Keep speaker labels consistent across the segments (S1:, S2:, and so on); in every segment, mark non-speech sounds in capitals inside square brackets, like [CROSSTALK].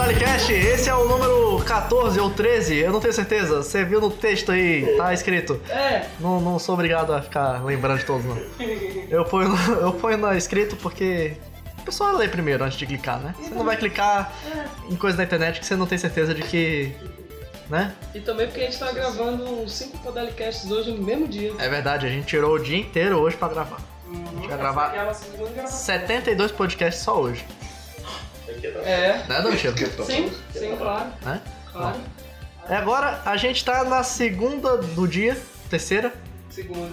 S1: Telecast, um esse é o número 14 ou 13, eu não tenho certeza. Você viu no texto aí, tá escrito.
S2: É,
S1: Não, não sou obrigado a ficar lembrando de todos, não. Eu ponho, [LAUGHS] no- eu ponho na escrito porque o pessoal lê primeiro antes de clicar, né? Você não vai clicar em coisa da internet que você não tem certeza de que. né?
S2: e também porque a gente tá gravando os cinco Podalicasts hoje no mesmo dia.
S1: É verdade, a gente tirou o dia inteiro hoje pra gravar. A gente vai gravar
S2: Aquela segunda gravação.
S1: 72 podcasts só hoje.
S2: É,
S1: Né, Don Chico?
S2: sim, sim, claro.
S1: Né?
S2: Claro.
S1: E agora a gente tá na segunda do dia, terceira
S2: Segunda.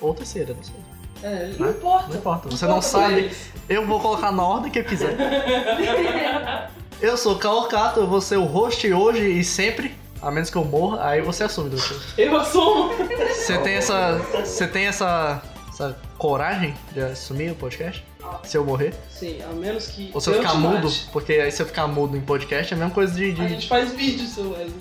S1: ou terceira, não sei.
S2: É, não importa.
S1: Não importa, você não
S2: importa pra
S1: sabe. [LAUGHS]
S2: eles.
S1: Eu vou colocar na ordem que eu quiser. Eu sou o Caorcato, eu vou ser o host hoje e sempre, a menos que eu morra, aí você assume, Dudu.
S2: Eu um. assumo.
S1: Você tem essa. Você tem essa. essa coragem de assumir o podcast? Se eu morrer?
S2: Sim, a menos que.
S1: Ou se eu
S2: eu
S1: ficar
S2: te
S1: mudo?
S2: mate.
S1: Porque aí se eu ficar mudo em podcast é a mesma coisa de.
S2: A
S1: de-
S2: gente faz vídeo, seu Wesley.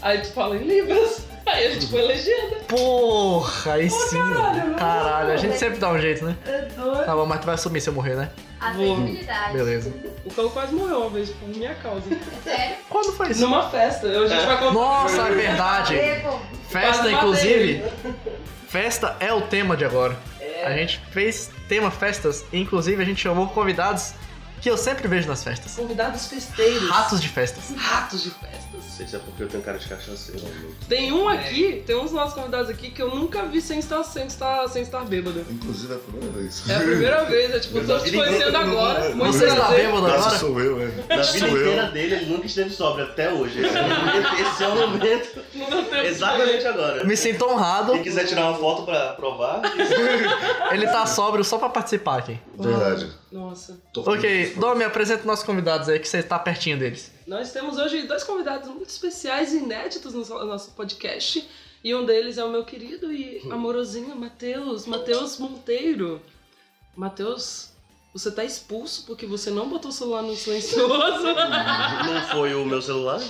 S2: Aí tu fala em Libras. [LAUGHS] Aí a gente põe legenda.
S1: Porra, aí sim.
S2: caralho,
S1: Caralho, a
S2: mano.
S1: gente sempre dá um jeito, né?
S2: É doido.
S1: Tá bom, mas tu vai assumir se eu morrer, né?
S3: A
S2: Vou.
S3: sensibilidade.
S1: Beleza.
S2: O cão quase morreu uma vez por minha
S1: [LAUGHS]
S2: causa.
S3: Sério?
S1: Quando foi isso?
S2: Numa festa. A gente vai contar.
S1: Nossa, é verdade.
S3: Devo.
S1: Festa,
S2: Quase
S1: inclusive.
S2: matei. [LAUGHS]
S1: Festa é o tema de agora.
S2: É.
S1: A gente fez tema festas, e, inclusive a gente chamou convidados que eu sempre vejo nas festas.
S2: Convidados festeiros.
S1: Ratos de festas.
S2: Ratos de festas.
S4: Sei se é porque eu tenho cara de cachaceiro. amigo.
S2: Tem um aqui, tem um dos nossos convidados aqui que eu nunca vi sem estar, sem estar, sem estar bêbado.
S5: Inclusive é a primeira vez.
S2: É a
S1: [LAUGHS]
S2: primeira vez, é tipo, tô te conhecendo agora. Muito
S1: tá Você está
S2: prazer.
S1: bêbado
S5: Essa
S1: agora?
S5: sou eu, é.
S4: Na
S5: Essa
S4: vida
S5: sou
S4: inteira
S5: eu.
S4: dele, ele nunca esteve sóbrio até hoje. Esse é o momento, esse é o momento
S2: No meu tempo
S4: exatamente agora.
S1: Me sinto honrado.
S4: Quem quiser tirar uma foto pra provar,
S1: Ele tá sóbrio só pra participar aqui.
S5: Verdade.
S2: Nossa.
S5: Tô
S1: Ok,
S5: feliz.
S1: Dom, me apresenta os nossos convidados aí, que você tá pertinho deles.
S2: Nós temos hoje dois convidados muito especiais e inéditos no so- no nosso podcast. E um deles é o meu querido e
S1: Hum.
S2: amorosinho Matheus, Matheus Monteiro. Matheus, você tá expulso porque você não botou o celular
S1: [LAUGHS]
S2: no silencioso.
S4: não foi o meu celular?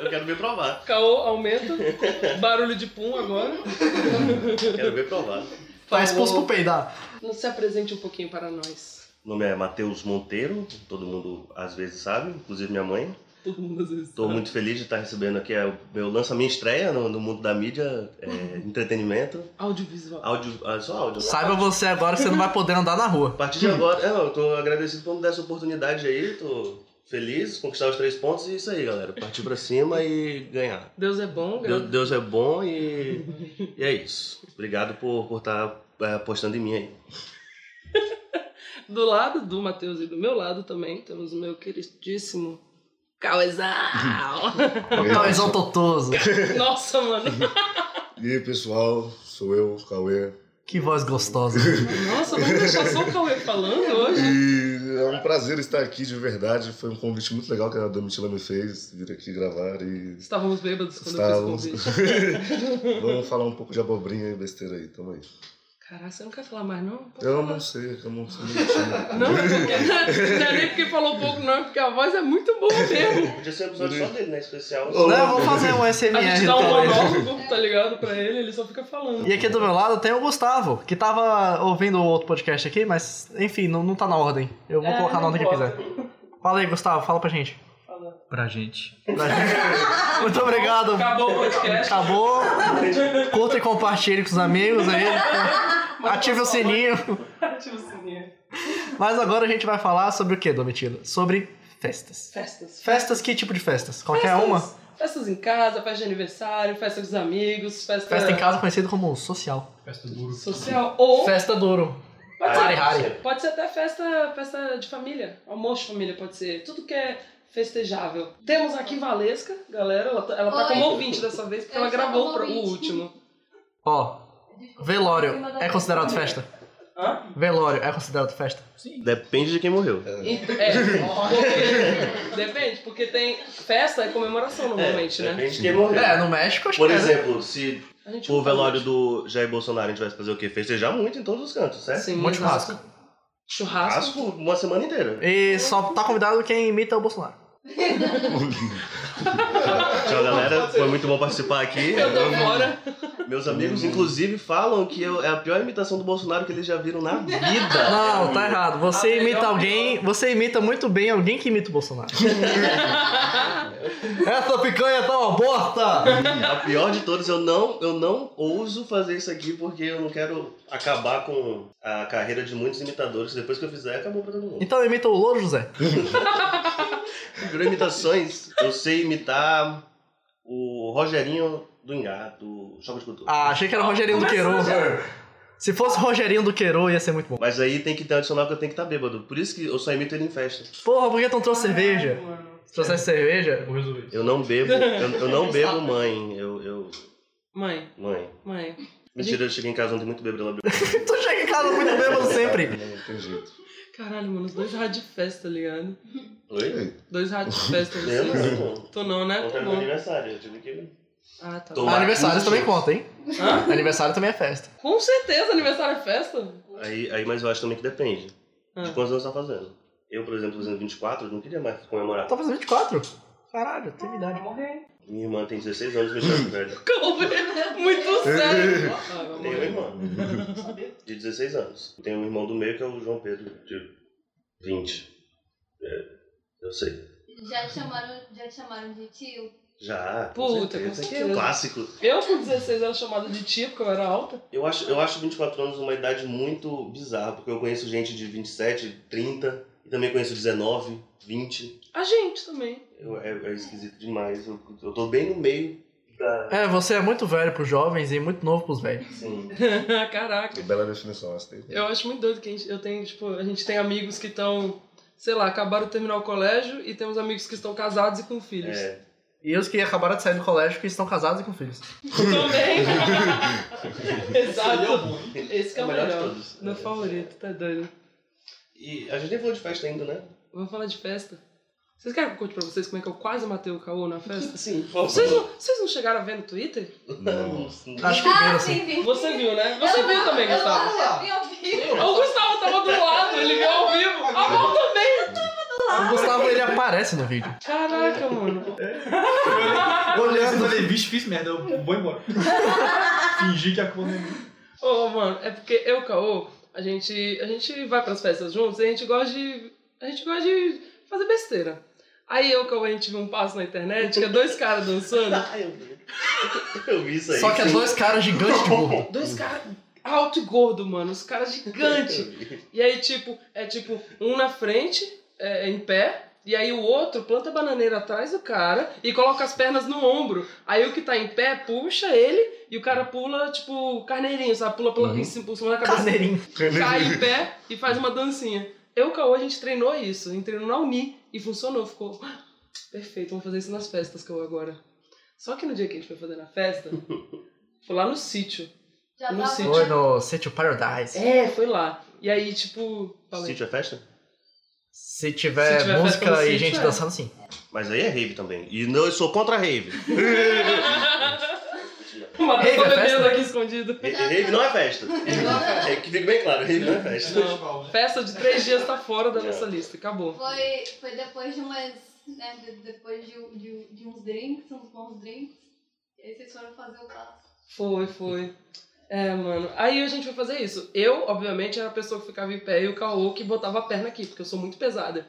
S4: Eu quero ver provar.
S2: Caô, aumenta. Barulho de pum agora.
S4: Quero ver provar.
S1: Tá expulso pro peidar.
S2: Se apresente um pouquinho para nós.
S4: Meu nome é Matheus Monteiro, todo mundo às vezes sabe, inclusive minha mãe.
S2: Todo mundo às vezes.
S4: Tô muito feliz de estar recebendo aqui é o meu lança minha estreia no, no mundo da mídia, é, entretenimento,
S2: Audiovisual.
S4: áudio, ah, só áudio. né?
S1: Saiba você agora que você não vai poder andar na rua.
S4: A partir de agora, é, eu tô agradecido por me dar essa oportunidade aí, tô feliz, conquistar os três pontos e é isso aí, galera. Partir pra cima e ganhar.
S2: Deus é bom,
S4: Deu-
S2: garoto.
S4: Deus, é bom e, e é isso. Obrigado por por estar apostando em mim aí.
S2: Do lado do Matheus e do meu lado também temos o meu queridíssimo Cauezal.
S1: Talvez
S5: Verdade.
S1: totoso.
S2: Nossa, mano.
S5: E aí, pessoal, sou eu, Cauê.
S1: Que voz
S4: [LAUGHS]
S1: gostosa.
S2: Nossa, vamos deixar só o Cauê falando hoje?
S5: E é um prazer estar aqui de verdade. Foi um convite muito legal que a Domitila me fez vir aqui gravar e
S2: Estávamos bêbados quando
S5: estávamos.
S2: eu fiz o convite.
S5: Vamos falar um pouco de abobrinha e besteira aí, tamo aí.
S2: Caraca, você não quer falar mais, não? Pode
S5: Eu
S2: falar.
S5: não sei, eu não sei. mentira.
S2: Não, [LAUGHS] é porque, não é nem porque falou pouco, não, é porque a voz é muito boa mesmo.
S4: [LAUGHS] Podia ser um episódio só dele, né? Especial.
S1: Não, eu vou fazer um
S2: A
S1: SMR.
S2: gente dá um
S1: talvez.
S2: monólogo, tá ligado? Pra ele, ele só fica falando.
S1: E aqui do meu lado tem o Gustavo, que tava ouvindo o outro podcast aqui, mas enfim, não, não tá na ordem. Eu vou
S2: É,
S1: colocar na
S2: não
S1: ordem que eu quiser. Fala aí, Gustavo, fala pra gente.
S2: Fala.
S6: pra gente.
S1: Pra gente. Muito obrigado.
S2: Acabou o podcast.
S1: Acabou. Curta e compartilhe com os amigos aí. Ative o sininho.
S2: Ativa o sininho.
S1: Mas agora a gente vai falar sobre o que, Domitila? Sobre festas.
S2: Festas.
S1: Festas, que tipo de festas? Qualquer
S2: Festas.
S1: uma?
S2: Festas em casa, festa de aniversário, festa dos amigos, festa,
S1: Festa em casa conhecida como social.
S6: Festa duro.
S2: social. Ou
S1: Festa Douro.
S2: pode,
S1: Hari
S2: ser,
S1: Hari.
S2: pode ser até festa, festa de família, almoço de família, pode ser. Tudo que é festejável. Temos aqui Valesca, galera. Ela tá, ela tá
S3: Oi.
S2: como ouvinte dessa vez, porque
S3: Eu
S2: ela
S3: estou
S2: gravou o
S3: como
S2: pro- o
S3: ouvinte.
S2: último.
S1: Ó, velório é considerado festa?
S2: Hã?
S1: Velório é considerado festa?
S4: Depende de quem morreu.
S2: E- É, porque- depende, porque tem festa é comemoração normalmente, né?
S4: Depende de quem morreu.
S1: É, no México acho
S4: Por
S1: que é, né?
S4: exemplo, se
S2: A gente
S4: o
S2: não fala
S4: velório
S2: muito.
S4: do Jair Bolsonaro a gente vai fazer o quê? Festejar muito em todos os cantos, certo?
S2: Sim,
S1: é? Monte de
S2: exato. Churrasco.
S4: [LAUGHS] Churrasco uma semana inteira.
S1: E só tá convidado quem imita o Bolsonaro.
S4: Tchau, galera. Foi muito bom participar aqui.
S2: Eu tô fora.
S4: Meus amigos, inclusive, falam que eu- é a pior imitação do Bolsonaro que eles já viram na vida.
S1: Não, tá errado. Você
S2: Ah,
S1: imita
S2: melhor.
S1: alguém, você imita muito bem alguém que imita o [LAUGHS] Bolsonaro. Essa picanha tá uma bosta!
S4: A pior de todas, eu não, eu não ouso fazer isso aqui porque eu não quero acabar com a carreira de muitos imitadores. Depois que eu fizer, acabou pra todo mundo.
S1: Então imita o louro, José.
S4: Virou imitações. Eu sei imitar o Rogerinho do Engar, do Choque de Cultura.
S1: Ah, achei que era o Rogerinho do Queiro.
S2: assim,
S1: Se fosse o Rogerinho do Queiro, ia ser muito bom.
S4: Mas aí tem que ter um adicional que eu tenho que estar bêbado. Por isso que eu só imito ele em festa.
S1: Porra, por que tu não trouxe cerveja? Se trouxesse cerveja, [LAUGHS]
S3: Vou resolver isso.
S4: Eu não bebo, eu, [LAUGHS] eu não bebo mãe. Eu, eu.
S2: Mãe,
S4: Mãe.
S2: mãe.
S4: Mentira, eu cheguei em casa ontem muito bêbado. Ela bebeu.
S1: tu chega em casa muito bêbado sempre.
S5: Não, não tem jeito.
S2: Caralho, mano, os dois rádios de festa, tá ligado?
S4: Oi?
S2: Dois rádios de festa,
S4: Eu
S2: vocês.
S4: não.
S2: Tô não, né?
S4: Ontem
S2: Tá
S4: é meu
S2: bom.
S4: aniversário, eu tive que.
S2: Ah, tá.
S4: Tô.
S1: Ah, aniversário também conta, hein?
S2: Hã?
S1: Aniversário também é festa.
S2: Com certeza, aniversário é festa.
S4: Aí, aí, mas eu acho também que depende.
S2: Ah.
S4: De quantos anos você tá fazendo? Eu, por exemplo, tô fazendo 24, eu não queria mais comemorar.
S1: Tá fazendo 24? Caralho, tem idade.
S4: Minha irmã tem 16 anos, me chama de velho.
S2: Muito sério. Ah,
S4: Eu
S2: vamos
S4: Tenho uma
S2: lá.
S4: irmã [LAUGHS] de 16 anos. Tenho um irmão do meio que é o João Pedro, de 20. É, eu sei.
S6: Já te chamaram, já te chamaram de tio?
S4: Já, com
S2: Puta, com
S4: certeza.
S2: certeza.
S4: Clássico.
S2: eu com 16 era chamada de tia, porque eu era alta.
S4: Eu acho, eu acho 24 anos uma idade muito bizarra, porque eu conheço gente de 27, 30, e também conheço 19, 20.
S2: A gente também. [LAUGHS]
S4: Eu- é, é esquisito demais. Eu, eu tô bem no meio da.
S1: É, você é muito velho pros jovens e muito novo pros velhos.
S4: Assim,
S2: Caraca.
S5: Bela definição, essa daí.
S2: Eu acho muito doido que a gente, eu tenho, tipo, a gente tem amigos que estão, sei lá, acabaram de terminar o colégio e temos amigos que estão casados e com filhos.
S4: é,
S1: E os que acabaram de sair do colégio que estão casados e com filhos.
S2: Também. Exato. Esse que é o
S4: de
S2: melhor.
S4: todos.
S2: Meu favorito, tá doido.
S4: E a gente nem falou de festa ainda, né?
S2: Vamos falar de festa. Vocês querem que eu conte pra vocês como é que eu quase matei o caô na [LAUGHS] festa?
S4: Sim, por
S2: Vocês não, vocês não chegaram a ver no Twitter?
S5: Não.
S1: Acho que assim. viram, sim.
S6: Ah, sim, vi.
S2: Você viu, né? Você viu também,
S6: Eu
S2: Gustavo.
S6: vi, eu vi.
S2: O Gustavo tava do lado, ele viu ao vivo. A mão também.
S1: O Gustavo, ele aparece no vídeo.
S2: Caraca, mano.
S3: Olhando ali, bicho, fiz merda, eu vou embora. [LAUGHS] Fingir que a culpa não é minha.
S2: Ô, mano, é porque eu e o Caô, a gente, a gente vai pras festas juntos e a gente gosta de. A gente gosta de fazer besteira. Aí eu e o Caô, a gente viu um passo na internet, que é dois caras dançando.
S4: Ah, eu vi. Eu vi [LAUGHS] isso aí.
S1: Só que é
S4: sim.
S1: dois caras gigantes de
S2: [LAUGHS]
S1: burro.
S2: Dois caras alto e gordo, mano. Os [LAUGHS] caras gigantes. E aí, tipo, é tipo, um na frente, é, em pé, e aí o outro planta a bananeira atrás do cara e coloca as pernas no ombro. Aí o que tá em pé puxa ele e o cara pula, tipo, carneirinho, sabe? Pula, pula em cima, por cima da cabeça.
S1: Carneirinho.
S2: Cai em pé e faz uma dancinha. Eu e o Caô, a gente treinou isso. A gente treinou na Uni e funcionou. Ficou "Ah, perfeito, vamos fazer isso nas festas, Caô, agora. Só que no dia que a gente foi fazer na festa, foi lá no sítio.
S6: Já
S2: Não
S6: tava-
S2: sei.
S1: Foi no Sítio Paradise.
S2: É, foi lá. E aí, tipo... falei, [LAUGHS]
S4: Sítio é festa?
S1: Se tiver,
S2: Se tiver festa no
S1: música e
S2: sítio,
S1: gente
S2: é.
S1: dançando, sim.
S4: Mas aí é rave também. E não, eu sou contra rave.
S2: O Matheus
S1: Ei,
S2: tá
S1: é festa?
S2: bebendo aqui escondido.
S4: Ra- Rave não é festa. É que fique bem claro, rave não é festa.
S3: Não.
S2: Festa de três dias tá fora da
S4: É.
S2: nossa lista, acabou.
S6: Foi, foi depois de umas. Né, de- depois de, de, de uns drinks, uns bons drinks. E aí vocês foram fazer o passo.
S2: Foi, foi. É, mano. Aí a gente foi fazer isso. Eu, obviamente, era a pessoa que ficava em pé e o Caô que botava a perna aqui, porque eu sou muito pesada.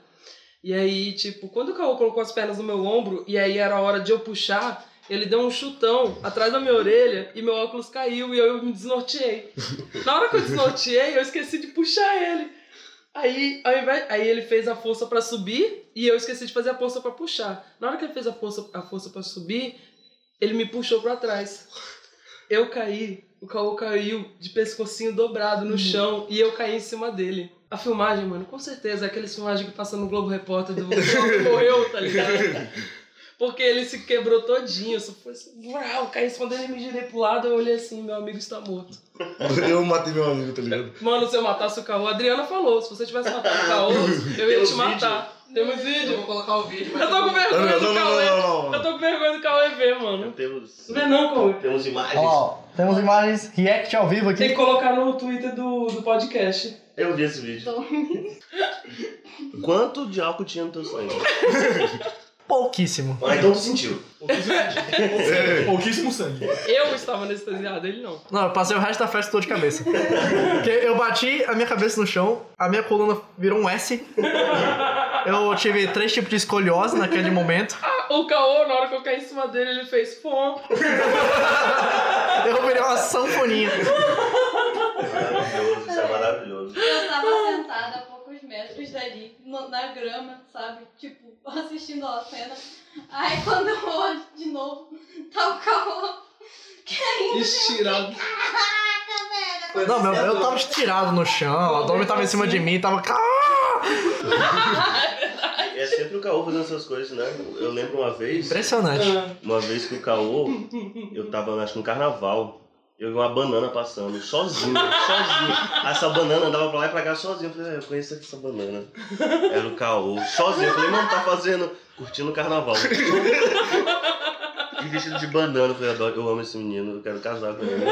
S2: E aí, tipo, quando o Caô colocou as pernas no meu ombro e aí era a hora de eu puxar, ele deu um chutão atrás da minha orelha e meu óculos caiu e eu me desnorteei. Na hora que eu desnorteei, eu esqueci de puxar ele. Aí, ao invés, aí ele fez a força pra subir e eu esqueci de fazer a força pra puxar. Na hora que ele fez a força, a força para subir, ele me puxou pra trás. Eu caí, o Caô caiu de pescocinho dobrado
S5: Uhum.
S2: no chão e eu caí em cima dele. A filmagem, mano, com certeza é aqueles filmagens que passa no Globo Repórter do
S5: [LAUGHS]
S2: morreu, tá ligado? Porque ele se quebrou todinho, só foi assim, uau, caí em cima dele, me girei pro lado, eu olhei assim, meu amigo está morto.
S5: Eu matei meu amigo, tá ligado?
S2: Mano, se eu matasse o Caô, a Adriana falou, se você tivesse matado o Caô, eu ia
S4: Temos
S2: te matar. Temos vídeo?
S3: colocar o vídeo.
S2: Eu tô com
S5: Não,
S2: vergonha
S5: não,
S2: do
S5: não,
S2: Cauê.
S5: não, não,
S2: Eu
S5: não.
S2: tô com vergonha do Cauê ver, mano.
S4: Então, Temos,
S2: Não vê não, Cauê.
S4: temos imagens.
S1: Ó, temos imagens react ao vivo
S2: Tem que
S1: aqui.
S2: colocar no Twitter do, do podcast.
S4: Eu vi esse vídeo.
S6: Então,
S4: Quanto de álcool tinha no teu sangue?
S1: pouquíssimo.
S4: Ah, então tu sentiu.
S5: É.
S4: É.
S3: Pouquíssimo- Pouquíssimo sangue.
S2: Eu estava anestesiado, ele não.
S1: Não, eu passei o resto da festa toda de cabeça. Porque eu bati a minha cabeça no chão, a minha coluna virou um S. Eu tive três tipos de escoliose naquele momento.
S2: O Caô, na hora que eu caí em cima dele, ele fez pô.
S1: Eu virei uma sanfoninha.
S4: Maravilhoso, isso é maravilhoso.
S6: Eu tava sentada a poucos metros dali, no- na grama, sabe? Tipo, assistindo a cena. Aí quando eu olho de novo, tá o carro
S3: Estirado.
S1: Não, meu, eu tava estirado no chão, a Domi tava em cima de mim, tava.
S4: E é sempre o Caô fazendo essas coisas, né? Eu lembro uma vez,
S2: Ah,
S1: Impressionante.
S4: uma vez que o Caô, eu tava, acho que no carnaval, eu vi uma banana passando, sozinho, sozinho. Essa banana andava pra lá e pra cá sozinho. Eu falei, ah, eu conheço essa banana. Era o Caô, sozinho. Eu falei, mano, tá fazendo, curtindo o carnaval. E vestido de banana, eu falei, adoro, eu amo esse menino, eu quero casar com ele.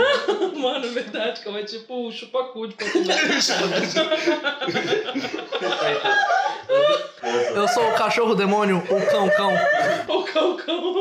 S2: Mano, é verdade, Caô é tipo o chupacu de Pokémon.
S1: Eu sou o cachorro demônio, o cão cão.
S2: O Caô, Caô.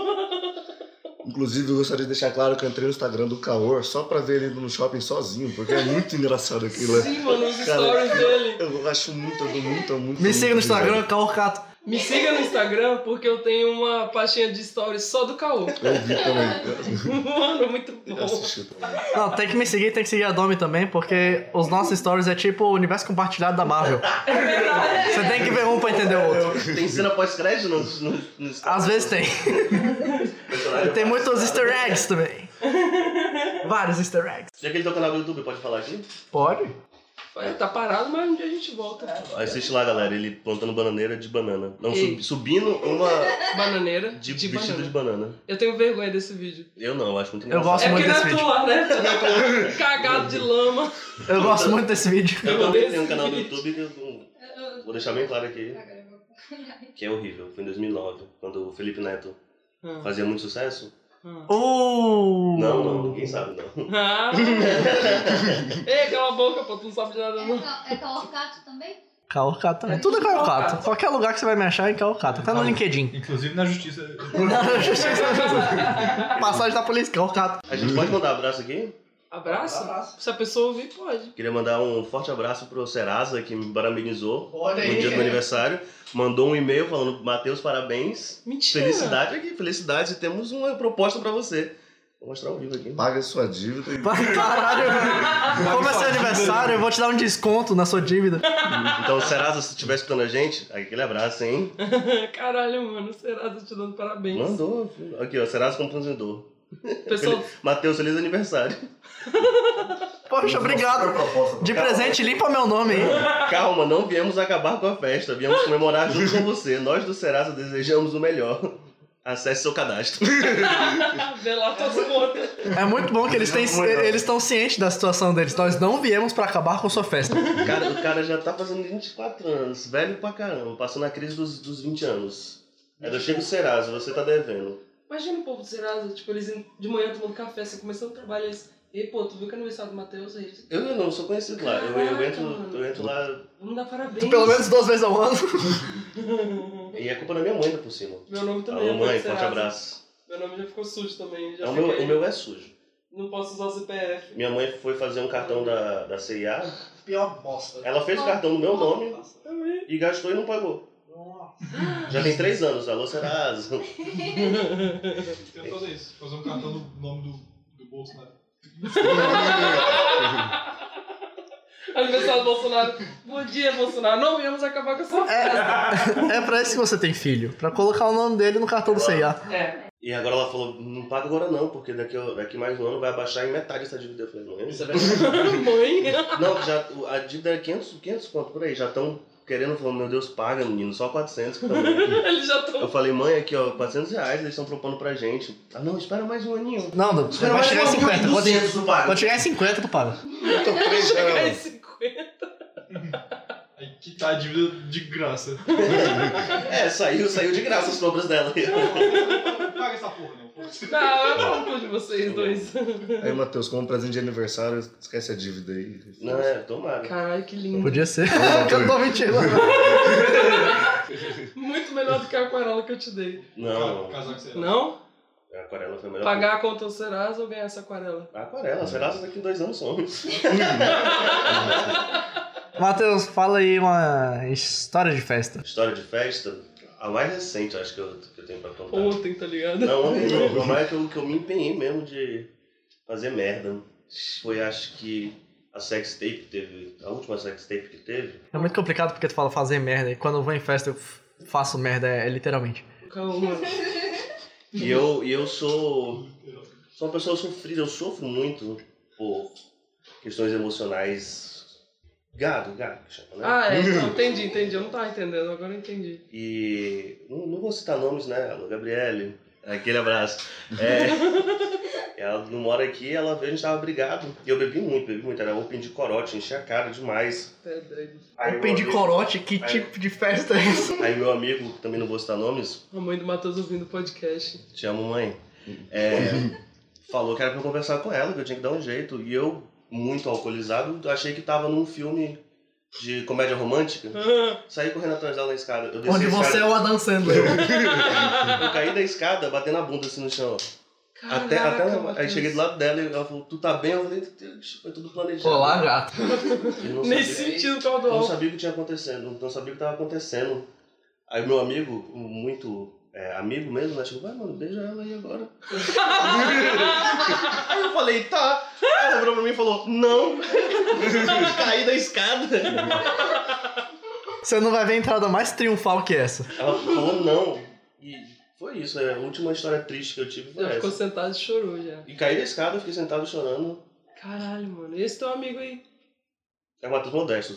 S5: Inclusive, eu gostaria de deixar claro que eu entrei no Instagram do Caor só pra ver ele indo no shopping sozinho, porque é muito [LAUGHS] engraçado aquilo. né?
S2: Sim, mano, os
S5: Cara,
S2: stories dele.
S5: Eu acho muito, muito, muito, muito.
S1: Me siga no Instagram, Caorcato.
S2: Me siga no Instagram porque eu tenho uma pastinha de stories só do Caô.
S5: Eu vi também.
S2: Mano, muito
S5: Eu
S2: bom.
S5: assisti também.
S1: Não, tem que me seguir, tem que seguir a Domi também, porque os nossos stories é tipo o universo compartilhado da Marvel.
S2: É verdade.
S1: Você tem que ver um pra entender o outro.
S4: Tem cena pós-crédito no, no, no
S1: Às vezes tem.
S4: personagem.
S1: Tem muitos easter eggs também. Vários easter eggs.
S4: Já que ele tem o canal do YouTube, pode falar aqui?
S1: Pode?
S2: Vai, Tá parado, mas um dia a gente volta.
S4: Assiste lá, galera. Ele plantando bananeira de banana. Não,
S2: Ei.
S4: sub- subindo uma
S2: Bananeira
S4: de,
S2: de,
S4: vestido
S2: banana.
S4: de banana.
S2: Eu tenho vergonha desse vídeo.
S4: Eu não, eu acho muito
S1: Eu
S4: engraçado.
S1: gosto
S2: é porque
S1: muito
S2: não
S1: desse
S2: é tua, né? Cagado de
S4: [LAUGHS]
S2: lama.
S1: Eu gosto muito desse vídeo.
S4: Eu
S2: Eu
S4: também
S2: odeio [LAUGHS]
S4: tenho um canal do
S2: esse vídeo.
S4: YouTube que eu não- vou deixar bem claro aqui,
S6: É
S4: que é horrível. Foi em 2009, quando o Felipe Neto
S2: Ah,
S4: fazia muito sucesso.
S2: ah.
S1: Uh!
S4: Não, não, ninguém sabe, não.
S2: Ah. Ei, cala a boca, pô, tu não sabe de nada
S4: [LAUGHS]
S2: não.
S6: É Calorcato também?
S1: Caorcato também. Tudo é Caorcato. Qualquer lugar que você vai me achar é Caorcato. Até no [LAUGHS] LinkedIn.
S3: Inclusive na justiça.
S1: Passagem da polícia, Caorcato.
S4: A gente pode mandar um abraço aqui?
S2: Abraço? Se a pessoa ouvir, pode.
S4: Queria mandar um forte abraço pro Serasa, que me parabenizou
S1: Olha
S4: no dia do meu aniversário. Mandou um e-mail falando, Matheus, parabéns.
S2: Mentira.
S4: Felicidade aqui, felicidade. Temos uma proposta pra você. Vou mostrar ao vivo aqui.
S5: Paga sua dívida e.
S1: Caralho, como é seu aniversário, eu vou te dar um desconto na sua dívida.
S4: Então, Serasa, se estiver escutando a gente, aquele abraço, hein?
S2: [LAUGHS] Caralho, mano, será que eu te dando parabéns?
S4: Mandou. filho. Aqui, ó, Serasa como consumidor.
S2: Pessoal,
S4: Matheus, feliz aniversário.
S1: Poxa, obrigado. De presente, limpa meu nome aí.
S4: Calma, não viemos acabar com a festa, viemos comemorar junto com você. Nós do Serasa desejamos o melhor. Acesse seu
S2: [LAUGHS]
S4: cadastro.
S2: vê lá tuas contas.
S1: É muito bom que eles têm, eles estão cientes da situação deles. Nós não viemos pra acabar com sua festa.
S4: Cara, o cara já tá fazendo 24 anos, velho pra caramba, passando a crise dos, dos 20 anos. Aí eu chego Serasa, você tá devendo.
S2: Imagina o povo do Serasa, tipo, eles indo de manhã tomando café, assim, começando o trabalho, eles... Ei, pô, tu viu que é aniversário do Matheus? Aí eles...
S4: Eu não sou conhecido lá, eu, eu, entro, eu entro lá
S2: Vamos dar parabéns.
S1: Tu pelo menos duas vezes ao ano.
S4: e é culpa da minha mãe ainda por cima.
S2: Meu nome também
S4: Alô,
S2: é
S4: mãe,
S2: do
S4: forte
S2: Serasa.
S4: abraço.
S2: Meu nome já ficou sujo também. Já
S4: Não, o meu-
S2: fiquei-
S4: o meu é sujo.
S2: Não posso usar o CPF.
S4: Minha mãe foi fazer um cartão da, da CIA.
S3: Pior bosta.
S4: Ela fez o cartão no meu nome
S2: Também.
S4: e gastou e não pagou. Já tem três anos, alô Serasa.
S3: Eu ia fazer isso. Fazer um cartão do nome do, do né? Bolsonaro.
S2: [LAUGHS] Aniversário do Bolsonaro. Bom dia, Bolsonaro. Não viemos acabar com essa festa.
S1: É pra isso que você tem filho. Pra colocar o nome dele no cartão do CIA.
S2: É.
S4: E agora ela falou, não paga agora não, porque daqui, a- daqui mais um ano vai abaixar em metade essa dívida. Eu falei, não, isso é verdade.
S2: Mãe.
S4: Não, já, o- a dívida é 500, 500 quanto por aí, já estão querendo, falando, meu Deus, paga menino, só 400 que também.
S2: [LAUGHS] Eles já estão...
S4: Eu falei, mãe, aqui ó, 400 reais eles estão propondo pra gente. Ah não, espera mais um aninho.
S1: Não, não.
S4: Espera
S1: Vai
S4: mais
S1: chegar em
S4: um aninho,
S1: 50. Quando,
S4: 200 tu paga.
S1: quando chegar em 50, tu paga.
S5: Eu
S2: [LAUGHS]
S5: tô três
S2: Chegar em
S5: anos.
S2: 50.
S3: Aí que tá a dívida de
S4: [LAUGHS]
S3: graça.
S4: É, saiu, saiu de graça as compras dela.
S3: Paga essa porra, não. foda-se.
S2: Não, eu falo com vocês dois.
S5: Aí, Matheus, como presente de aniversário, esquece a dívida aí.
S4: Não, é, tomara.
S2: Caralho, que lindo.
S1: [LAUGHS] Podia ser. Eu não tô mentindo.
S2: Muito melhor do que a a aquarela que eu te dei.
S4: Não,
S3: Casar com você.
S2: Não?
S4: a aquarela foi a melhor.
S2: Pagar a conta do Serasa ou ganhar essa aquarela?
S4: coisa. A aquarela, será que daqui a dois anos somos?
S1: Matheus, fala aí uma história de festa.
S4: História de festa, a mais recente, acho que eu, que eu tenho pra contar.
S2: Ontem, tá ligado?
S4: Não, ontem não. A mais é que eu, que eu me empenhei mesmo de fazer merda foi, acho que, a sextape teve, a última sextape que teve.
S1: É muito complicado porque tu fala fazer merda e quando eu vou em festa eu f- faço merda, é, é literalmente.
S2: Calma.
S4: E eu, e eu sou, sou uma pessoa sofrida, eu sofro muito por questões emocionais. Gado, gado que chama, né?
S2: Ah, é,
S4: [LAUGHS]
S2: então, entendi, entendi. Eu não tava entendendo, agora eu entendi.
S4: E não, não vou citar nomes, né? Alô, Gabriele, aquele abraço. É, ela não mora aqui, ela veio, a gente tava brigado. E eu bebi muito, bebi muito. Era open de corote, enchi a cara demais.
S2: Até doido.
S4: Aí
S1: Open
S4: meu
S1: de
S4: amigo-
S1: corote, que
S4: É.
S1: tipo de festa é essa?
S4: Aí meu amigo, que também não vou citar nomes,
S2: A mãe do Matheus ouvindo o
S4: [LAUGHS]
S2: podcast.
S4: te amo mãe, é, falou que era pra eu conversar com ela, que eu tinha que dar um jeito. E eu, muito alcoolizado, achei que tava num filme de comédia romântica.
S2: Hum.
S4: Saí correndo atrás dela na escada. Eu desci
S1: Onde
S4: a
S1: você é
S4: escada,
S1: o Adam Sandler.
S4: [LAUGHS] eu caí da escada, batendo a bunda assim no chão. Até,
S2: Caraca,
S4: até ela- aí
S2: Matheus.
S4: cheguei do lado dela e ela falou, tu tá bem? Eu falei, foi tudo planejado.
S1: Olá, gato.
S4: Eu não
S2: Nesse
S4: sabia-
S2: sentido, tal do
S4: Eu não
S2: álcool.
S4: sabia o que tinha acontecendo, não sabia o que tava acontecendo. Aí meu amigo, muito é, amigo mesmo, né? Chegou, vai mano, beija ela aí agora. [LAUGHS] aí eu falei, tá. Ela virou pra mim e falou, não. [LAUGHS] Caí da escada.
S1: Você não vai ver entrada mais triunfal que essa.
S4: Ela falou, não. E foi isso, é, a última história triste que eu tive foi
S2: Ela ficou
S4: essa.
S2: sentado e chorou já.
S4: E caí da escada, fiquei sentado chorando.
S2: Caralho, mano. E esse teu amigo
S4: [LAUGHS]
S2: aí?
S4: É o Matheus Modesto.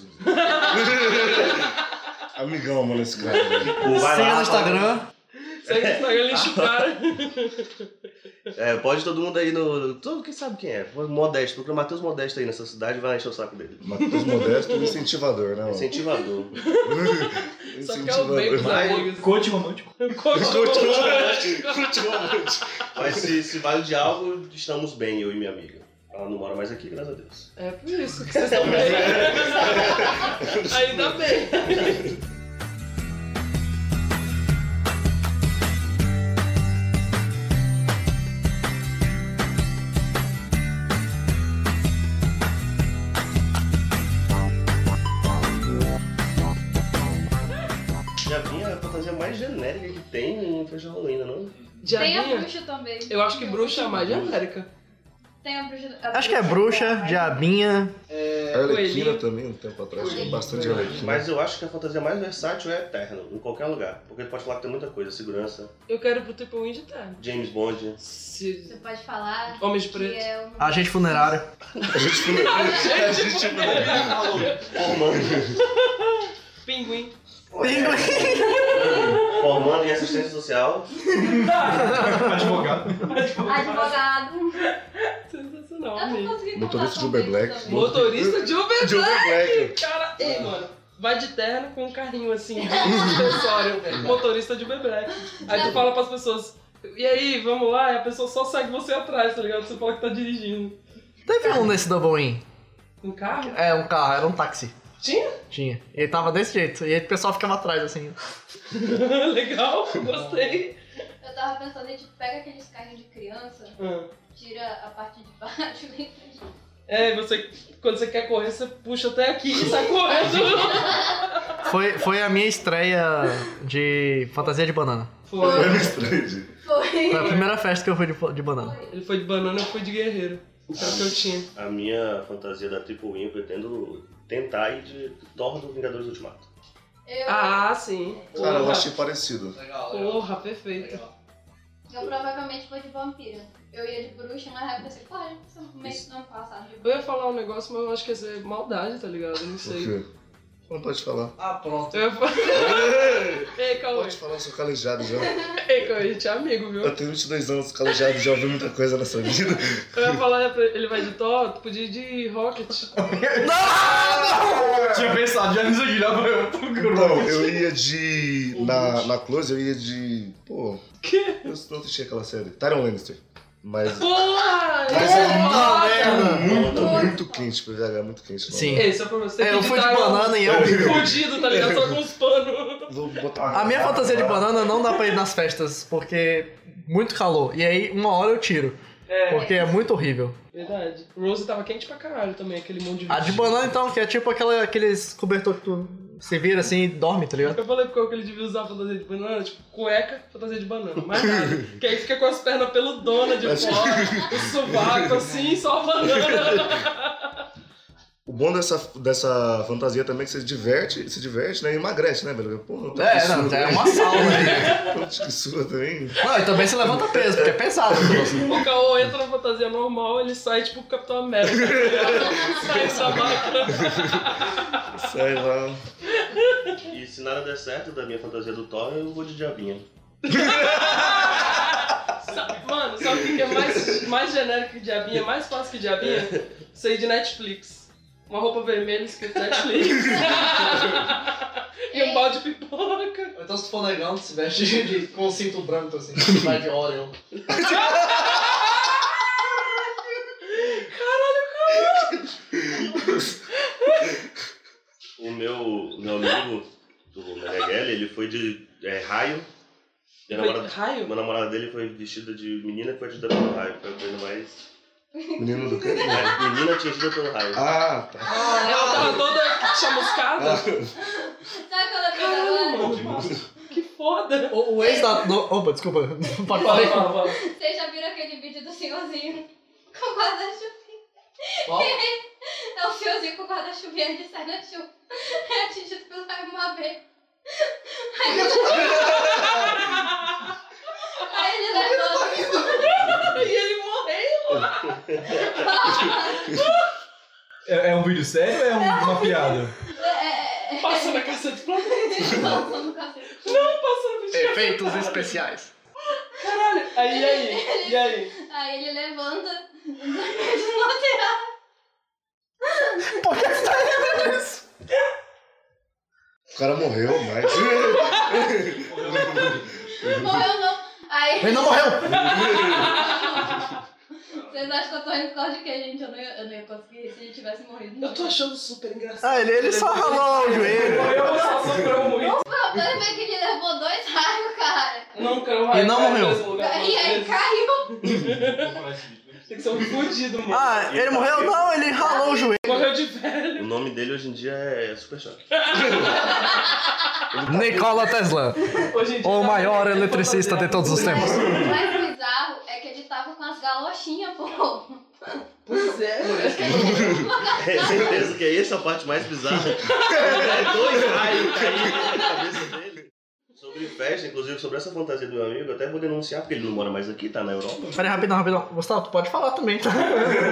S5: Amigão, mano, esse cara. velho.
S4: Vai lá,
S1: Siga no
S4: fala-
S1: Instagram.
S2: Segue o Instagram, lixa o cara.
S4: É, pode todo mundo aí no. Todo quem sabe quem é. Modesto, procura Matheus Modesto aí nessa cidade e vai lá encher o saco dele.
S5: Matheus Modesto e incentivador, né, mano?
S4: Incentivador.
S2: Só que é o bem dos
S4: Vai.
S2: amigos.
S3: Coach romântico.
S5: né?
S2: né?
S4: Mas se, se vale de algo, estamos bem, eu e minha amiga. Ela não mora mais aqui, graças a Deus.
S2: É por isso que vocês estão
S4: [LAUGHS]
S2: bem. Ainda bem.
S4: Diabinha é a fantasia mais genérica que tem em festa de Halloween, não? é?
S6: Tem a
S2: Diabinha?
S6: bruxa também.
S2: Eu acho que bruxa é a mais genérica.
S6: Tem a bruxa. a
S1: Acho que é bruxa,
S6: mas-
S1: diabinha.
S5: A Arlequina
S2: Coelhinho.
S5: também, um tempo atrás, tinha bastante Arlequina.
S4: Mas eu acho que a fantasia mais versátil é Eterno, em qualquer lugar. Porque pode falar que tem muita coisa: segurança,
S2: Eu quero ir pro tipo um Triple Win de terno.
S4: James Bond.
S2: Se...
S6: Você pode falar
S2: Homem de
S6: que
S2: preto.
S6: é uma...
S1: Agente funerário.
S5: A gente funerário.
S2: Gente,
S4: É,
S6: é-
S4: tipo,
S3: tipo,
S6: [LAUGHS]
S3: tá né?
S4: Formando. [LAUGHS]
S2: Pinguim.
S4: Formando em assistência social.
S3: Advogado.
S6: Advogado.
S2: Sensacional,
S6: Eu não
S2: amigo.
S6: consegui
S5: Motorista de
S6: contar
S5: Uber
S6: tão
S5: Black.
S6: bem também.
S2: Motorista de Uber
S5: De Uber Black.
S2: Cara,
S6: É.
S2: ei, mano, vai de terno com um carrinho
S6: [LAUGHS]
S2: assim, de acessório, motorista de bebê. Aí tu fala pras pessoas, e aí, vamos lá, e a pessoa só segue você atrás, tá ligado? Você fala que tá dirigindo.
S1: Teve um nesse Double Win.
S2: Um carro? [LAUGHS]
S1: É, um carro, era um táxi.
S2: Tinha?
S1: Tinha. E ele tava desse jeito. E aí o pessoal ficava atrás, assim.
S2: Legal, gostei.
S6: Eu tava pensando, a gente pega aqueles carrinhos de criança,
S2: Ah.
S6: tira a parte de baixo [LAUGHS] né? e
S2: É, você, quando você quer correr, você puxa até aqui e sai correndo.
S1: Foi, foi a minha estreia de fantasia de banana.
S2: Foi.
S5: Era estranho.
S6: foi.
S1: Foi a primeira festa que eu fui de, de banana.
S2: Ele foi de banana, eu fui de guerreiro. Era o que eu tinha.
S4: A minha fantasia da Triple Win, eu pretendo tentar ir de Thor do Vingadores Ultimato.
S6: Eu,
S2: Ah, sim.
S5: Cara, eu
S2: Porra.
S5: achei parecido.
S2: Porra, perfeito.
S6: eu provavelmente vou de vampira. Eu ia de bruxa, mas aí eu pensei, claro, isso mês não passado de
S2: Eu ia falar um negócio, mas eu acho que ia ser maldade, tá ligado? Eu Não
S5: Por
S2: sei.
S5: quê? Não pode falar.
S1: Ah, pronto.
S2: Eu ia falar. [LAUGHS] Ei, Cauê.
S5: Pode falar, eu sou calejado já.
S2: Ei, Cauê, a gente é amigo, viu?
S5: Eu tenho 22 anos, calejado, já ouvi muita coisa nessa vida.
S2: Eu ia falar é pra ele, ele vai de Thor, tu podia ir de Rocket.
S3: Tinha pensado, já nos olhava eu pro
S5: Então, eu ia de. Na, na Close, eu ia de. Pô.
S2: Que?
S5: Eu não assisti aquela série. Tyron Lannister. Mas.
S2: Porra!
S5: Mas é
S2: Porra!
S5: muito, muito quente pra VH, é muito quente. não.
S1: Sim.
S2: Ei, só pra você.
S1: É, eu
S2: que
S1: fui de
S2: tá
S1: banana e eu.
S2: Fudido, tá ligado? Só com uns panos.
S5: Vou botar
S1: A minha fantasia de banana não dá pra ir nas festas, porque muito calor. E aí, uma hora eu tiro,
S2: É,
S1: porque é muito horrível.
S2: verdade. Rose tava quente pra caralho também, aquele monte de
S1: A de
S2: vestido.
S1: banana, então, que é tipo aquela, aqueles cobertor que tu se vira assim e dorme, tá ligado?
S2: Eu falei pro Coco que ele devia usar fantasia de banana, tipo, cueca, fantasia de banana, mais nada. que aí fica com as pernas peludona de
S5: Mas-
S2: fora, o sovaco assim, só a banana.
S5: O bom dessa, dessa fantasia também é que você diverte, se diverte, né? E emagrece, né, velho? Pô, não tá
S1: É,
S5: que
S1: não,
S5: sua
S1: é
S5: também. [LAUGHS]
S1: uma sauna. né?
S5: Pô, que sua também.
S1: Não, e também se levanta peso, porque é pesado. [LAUGHS]
S2: o Caô entra na fantasia normal, ele sai tipo o Capitão América. sai da máquina.
S5: Sai lá.
S4: E se nada der certo da minha fantasia do Thor, eu vou de diabinha.
S2: Sa- Mano, sabe o que que é mais, mais genérico que diabinha, mais fácil que diabinha? Isso aí de Netflix. Uma roupa vermelha escrito Netflix. [LAUGHS] e um balde de pipoca.
S1: Então se for negão, se veste com cinto branco, [LAUGHS] assim, vai de Orion.
S4: O meu, meu amigo, do Meneghel, ele foi de é, raio. Minha namorada,
S2: Raio?
S4: uma namorada dele foi vestida de menina que foi atingida pelo raio. Foi a coisa mais.
S5: Menino do quê?
S4: É, menina atingida pelo raio.
S5: Ah, tá.
S2: Ela tava toda chamuscada.
S6: Sabe quando eu fiz
S2: Caralho,
S6: agora?
S2: mano. Que foda.
S1: O, o ex da. no- Opa, desculpa, [LAUGHS] não pode
S2: Fala,
S1: falar.
S2: fala, fala.
S6: Vocês já viram aquele vídeo do senhorzinho [LAUGHS] com guarda-chuvinha? [LAUGHS] É o senhorzinho com guarda-chuvinha ele sai na chuva. É atingido pelo raio uma vez. Aí ele- Aí ele levanta.
S2: E ele morreu.
S3: É, é um vídeo sério ou é um- uma piada?
S6: É, é, é,
S2: Passa na caça de planeta,
S6: Passando o cacete.
S2: passa na vestida.
S1: Efeitos especiais.
S2: É. Caralho. Aí, e aí? E aí?
S6: Aí ele levanta.
S1: Por que você tá lembrando disso?
S5: O cara morreu, mas.
S6: Morreu não. Aí.
S1: Ele não morreu!
S6: Vocês acham que eu tô indo por causa de quê, gente? Eu não ia, eu não ia conseguir se ele tivesse morrido. não.
S2: Eu tô achando super engraçado.
S1: Ah, ele, ele só ralou o joelho.
S2: Morreu, mas só um sobrou muito.
S6: O problema é que ele levou dois raios, cara.
S2: Não, cara, o raio
S1: E não
S2: cai
S1: morreu.
S2: no mesmo lugar
S6: E aí
S2: duas vezes.
S6: caiu.
S2: Tem que ser um fudido, mano.
S1: Ah, é. ele morreu? Não, ele ralou o joelho.
S2: Morreu de velho.
S4: O nome dele hoje em dia é Super Choque. [LAUGHS]
S1: Nikola Tesla,
S2: Hoje em dia
S1: o
S2: tá
S1: maior
S2: fazendo
S1: eletricista de
S2: fantasia.
S1: todos os tempos.
S6: O mais bizarro é que ele tava com as galochinhas, pô.
S2: Pois é.
S4: É, certeza que é essa a parte mais bizarra. É dois raios caindo na cabeça dele. Sobre festa, inclusive sobre essa fantasia do meu amigo, eu até vou denunciar, porque ele não mora mais aqui, tá na Europa.
S1: Peraí, rapidão, rapidão. Gustavo, tu pode falar também, tá?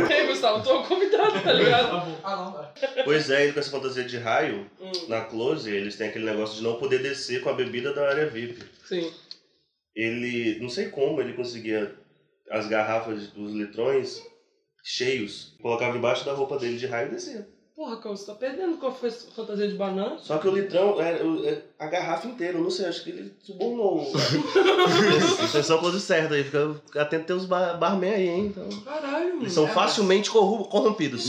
S2: Ei, Gustavo, tu é o convidado, tá ligado?
S1: Ah, não, velho.
S4: Pois é, ele com essa fantasia de raio,
S2: Hum,
S4: na Close, eles têm aquele negócio de não poder descer com a bebida da área VIP.
S2: Sim.
S4: Ele, não sei como, ele conseguia as garrafas dos litrões cheios, colocava embaixo da roupa dele de raio e descia.
S2: Porra, Cão, você tá perdendo com a fantasia de banana?
S4: Só que o litrão, é, o- é, a garrafa inteira, eu não sei, acho que ele subornou. Isso é só coisa certa aí, fica atento aos bar, barman aí, hein? Então.
S2: Caralho, mano.
S4: Eles são facilmente corru- corrompidos.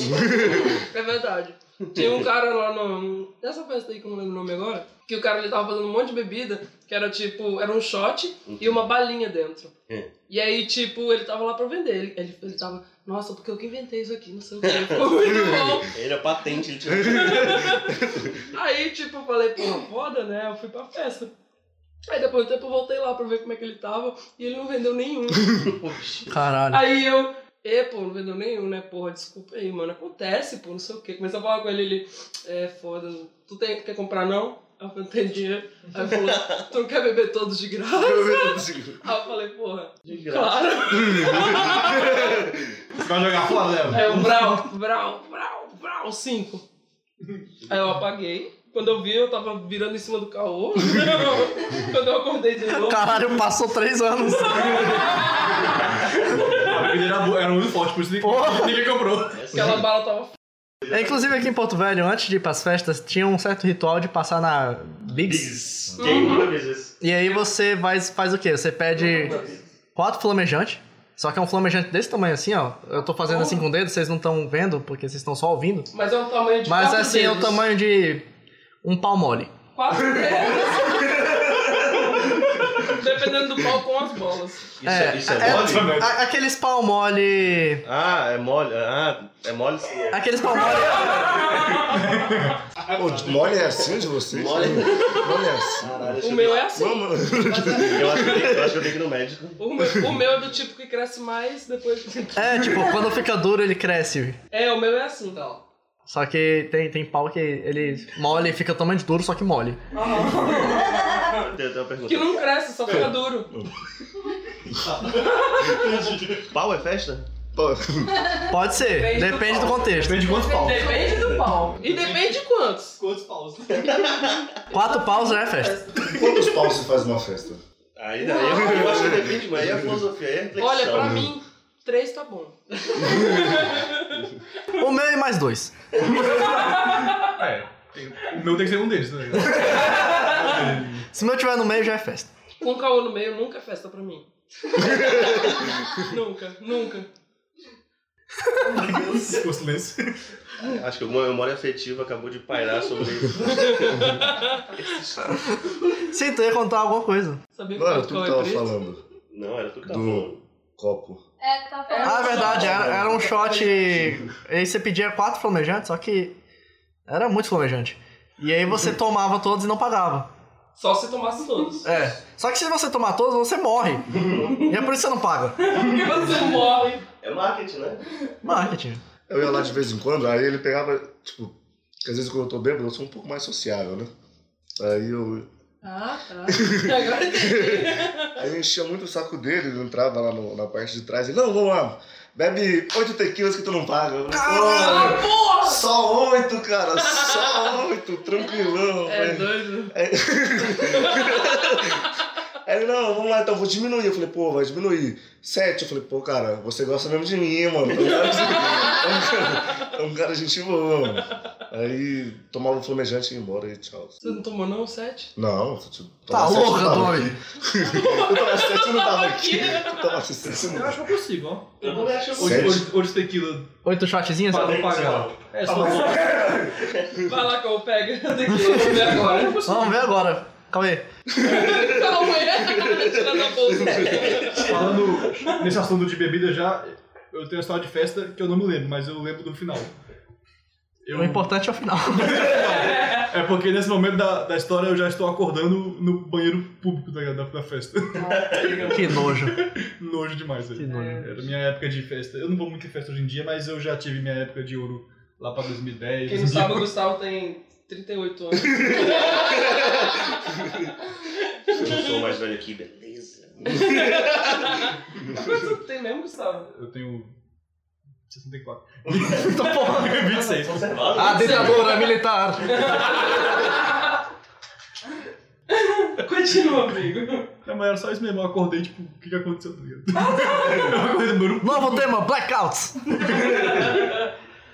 S2: É verdade. Tinha um cara lá no, nessa festa aí que eu não lembro o nome agora, que o cara ele tava fazendo um monte de bebida, que era tipo, era um shot e uma balinha dentro.
S4: É.
S2: E aí, tipo, ele tava lá pra vender. Ele, ele, ele tava, nossa, porque eu que inventei isso aqui, não sei o que. Ficou muito bom.
S4: Ele é patente, ele tinha.
S2: Aí, tipo, eu falei, porra, foda, né? Eu fui pra festa. Aí depois do tempo eu voltei lá pra ver como é que ele tava e ele não vendeu nenhum.
S1: Caralho.
S2: Aí eu, e pô, não vendeu nenhum, né? Porra, desculpa aí, mano. Acontece, pô, não sei o quê. Comecei a falar com ele, ele, é foda, tu tem, quer comprar não? Aí eu falei, não tem dinheiro. Aí ele falou, tu não quer beber todos de graça? Aí eu falei, porra,
S4: De graça.
S2: claro.
S3: Você vai jogar fora, Léo?
S2: Aí eu, brau, brau, brau, brau, cinco. Aí eu apaguei. Quando eu vi, eu tava virando em cima do caô. [LAUGHS] Quando eu acordei de novo,
S1: Caralho, passou três anos.
S3: A bebida era, boa, era muito forte, por isso ninguém,
S1: Porra.
S3: ninguém comprou.
S2: aquela bala tava
S1: É, inclusive aqui em Porto Velho, antes de ir pras festas, tinha um certo ritual de passar na Bigs.
S4: Bis. Quem nunca fez isso?
S1: E aí você faz, faz o quê? Você pede quatro flamejantes. Só que é um flamejante desse tamanho assim, ó. Eu tô fazendo assim com o dedo, vocês não estão vendo, porque vocês estão só ouvindo.
S2: Mas é um tamanho de
S1: Mas
S2: quatro
S1: assim, é o
S2: dedos.
S1: tamanho de um pau mole.
S2: Quatro dedos. dependendo do pau com as bolas.
S4: Isso é, isso é, mole?
S1: é, a- aqueles pau mole.
S4: Ah, é mole. Ah, é mole sim.
S1: Aqueles pau mole.
S5: Pô, mole é assim de vocês?
S4: Mole.
S5: Mole é assim.
S4: Caralho, acho
S2: O
S4: que
S2: meu é assim.
S5: Não, mano.
S4: eu, acho que eu, tenho- eu acho que eu tenho que ir no médico.
S2: O meu, o meu é do tipo que cresce mais depois.
S1: É, tipo, quando fica duro ele cresce.
S2: É, o meu é assim.
S1: Só que tem, tem pau que ele mole e fica totalmente duro, só que mole.
S4: Eu tenho, eu tenho uma
S2: Que
S4: pergunta.
S2: não cresce, só fica duro.
S4: Pau é festa?
S5: [LAUGHS] Pô,
S1: Pode ser,
S2: Depende do
S1: depende do
S2: pau.
S1: contexto.
S3: Depende de quantos pau.
S2: Depende do pau. E depende de quantos.
S3: Quantos paus.
S1: Quatro paus já é festa.
S5: Quantos paus se faz uma festa?
S4: Aí daí eu, eu acho que depende, mas aí é a filosofia, aí é a reflexão.
S2: Olha, pra mim, três tá bom.
S1: O meu e mais dois.
S3: É. tem- O meu tem que ser um deles, né?
S1: Se o meu tiver no meio, já é festa.
S2: Com caô no meio, nunca é festa pra mim. nunca, nunca.
S3: O silêncio.
S4: Acho que alguma memória afetiva acabou de pairar sobre [LAUGHS] isso.
S1: Sim, tu ia contar alguma coisa.
S2: Sabia que
S5: Não era
S2: o
S5: tu que
S2: caô é
S5: tava
S2: preto?
S5: falando.
S4: Não, era tu que tava
S5: Do-
S4: falando.
S5: Copo.
S6: É, tá falando.
S1: Ah, é verdade, era, era um shot. Aí você pedia quatro flamejantes, só que. Era muito flamejante. E aí você tomava todos e não pagava.
S2: Só se tomasse todos.
S1: É. Só que se você tomar todos, você morre. E é por isso que você não paga.
S2: Porque você morre.
S4: É marketing, né?
S1: Marketing.
S5: Eu ia lá de vez em quando, aí ele pegava, tipo, que às vezes quando eu tô bêbado, eu sou um pouco mais sociável, né? Aí eu,
S2: Ah, [LAUGHS] tá. Agora entendi.
S5: aí eu enchia muito o saco dele, ele entrava lá no- na parte de trás e, não, vamos lá, bebe oito tequilas que tu não paga. Eu falei,
S2: Ah, porra!
S5: "Pô, só oito, cara, só oito, tranquilão.
S2: É
S5: velho."
S2: doido.
S5: [LAUGHS] Aí ele, não, vamos lá, então vou diminuir. Eu falei, pô, vai diminuir. Sete. Eu falei, pô, cara, você gosta mesmo de mim, mano. É um cara, é um cara gente boa, mano. Aí tomava um flamejante e ia embora e tchau.
S2: Você não tomou não, sete?
S5: Não, eu te-
S1: Tá
S5: tomava sete,
S1: louca,
S5: eu tava
S1: Tommy.
S5: aqui. Eu tava sete, eu não
S2: [LAUGHS]
S5: tava aqui.
S2: Tava aqui.
S5: Eu tava sete, eu não
S3: Eu
S5: tava
S3: acho que eu consigo, ó.
S4: Eu também acho
S5: Sim.
S4: muito.
S5: Sete.
S3: Hoje, hoje, hoje tequila
S1: Oito shotzinhos?
S3: pra
S1: Ó,
S3: não pagar. É, só
S4: um
S3: vou.
S2: Vai lá, caô, pega. Tem que comer agora.
S5: [LAUGHS]
S1: Vamos ver agora. Calma aí.
S5: tá
S2: Calma aí. Tira da bolsa.
S3: Falando nesse assunto de bebida já, eu tenho uma história de festa que eu não me lembro, mas eu lembro do final. Eu-
S1: O importante é o final.
S3: É porque nesse momento da, da história eu já estou acordando no banheiro público tá da, da, da festa.
S1: [LAUGHS] Que nojo.
S3: Nojo demais,
S1: Que
S3: velho.
S1: nojo.
S3: Era minha época de festa. Eu não vou muito em festa hoje em dia, mas eu já tive minha época de ouro lá pra 2010.
S2: Quem não sabe, o Gustavo tem 38 anos.
S4: Eu não sou mais velho aqui, beleza.
S2: Ah, Quantos anos tem mesmo, Gustavo?
S3: Eu tenho 64.
S1: Tá porra.
S3: 26.
S4: Conservado.
S1: A ditadura militar.
S2: Continua, amigo.
S3: Não, mas era só isso mesmo. Eu acordei, tipo, o que que aconteceu? Tá ligado? [LAUGHS] eu acordei no banheiro.
S1: Novo tema, blackouts.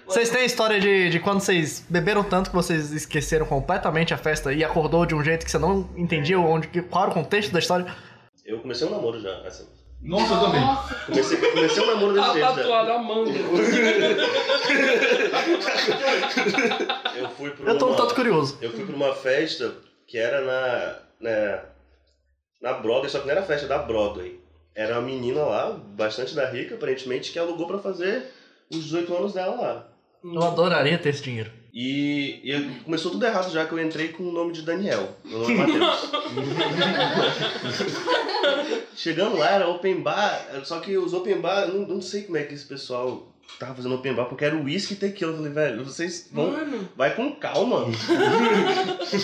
S1: Vocês têm história de, de quando vocês beberam tanto que vocês esqueceram completamente a festa e acordou de um jeito que você não entendia onde, que- qual era o contexto da história?
S4: Eu comecei um namoro já, assim.
S3: Nossa, eu também.
S4: Comecei, comecei um
S5: Tá
S4: namoro desse
S2: Tá A
S4: jeito. né?
S2: tatuada Amanda.
S4: Eu fui pro.
S1: Eu tô um tanto curioso.
S4: Eu fui pra uma festa que era na, na. na Broadway, só que não era festa da Broadway. Era uma menina lá, bastante da rica, aparentemente, que alugou pra fazer os 18 anos dela lá.
S1: Eu adoraria ter esse dinheiro.
S4: E, e eu- começou tudo errado já que eu entrei com o nome de Daniel. Meu nome é Matheus. Chegando lá, era open bar, só que os open bar, eu não, não sei como é que esse pessoal tava fazendo open bar, porque era uísque e tequila. Eu falei, velho, vocês vão
S2: Mano,
S4: Vai com calma. eu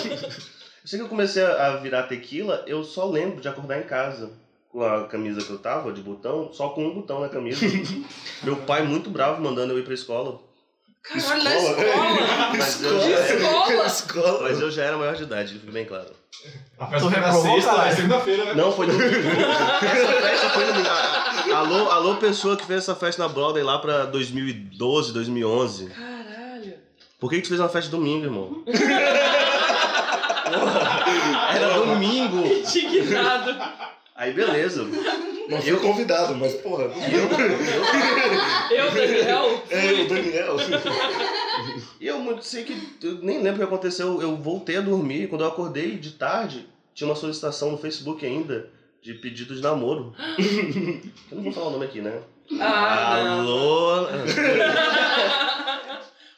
S4: sei que eu comecei a a virar tequila, eu só lembro de acordar em casa. Com a camisa que eu tava, de botão, só com um botão na camisa. Meu pai muito bravo mandando eu ir pra escola.
S2: caralho, na escola.
S5: Escola.
S4: Mas eu, já era,
S2: Escola?
S5: Escola.
S4: mas eu já era maior de idade, fica bem claro.
S3: A
S1: Tu
S3: foi na
S1: reprovou, caralho?
S3: é segunda-feira, né?
S4: Não, foi domingo. Essa festa foi domingo. A- a- [LAUGHS] Alô, alô, pessoa que fez essa festa na Broadway lá pra 2012, 2011.
S2: Caralho.
S4: Por que, que tu fez uma festa domingo, irmão? Porra, era domingo.
S2: Indignado.
S4: Aí beleza.
S5: Não fui convidado, mas porra.
S2: Eu, Daniel,
S5: É, o Daniel.
S4: E eu muito- sei que. Eu nem lembro o que aconteceu. Eu voltei a dormir. e Quando eu acordei de tarde, tinha uma solicitação no Facebook ainda de pedidos de
S2: [GASPS]
S4: namoro. [LAUGHS] Eu não vou falar o nome aqui, né?
S2: Ah,
S4: Alô?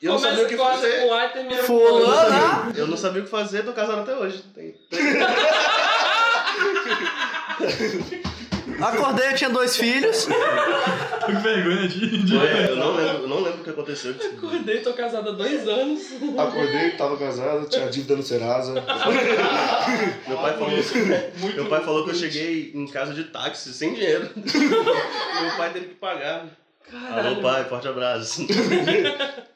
S5: E eu não sabia o que
S2: Começa
S5: fazer.
S2: com A e termina com
S1: Fulana!
S4: Eu não sabia o que fazer, tô casado até hoje. Tem-
S1: Acordei, eu tinha dois filhos.
S3: Tô com [LAUGHS] vergonha de. de...
S4: Foi- eu não lembro, eu não lembro o que aconteceu.
S2: Acordei, tô casada há dois anos.
S5: Acordei, tava casado, tinha dívida no Serasa.
S4: Meu pai falou
S3: [LAUGHS] Muito
S4: Meu pai falou que eu cheguei em casa de táxi, sem dinheiro. [LAUGHS] Meu pai teve que pagar.
S2: Caralho,
S4: Alô, pai, forte abraço.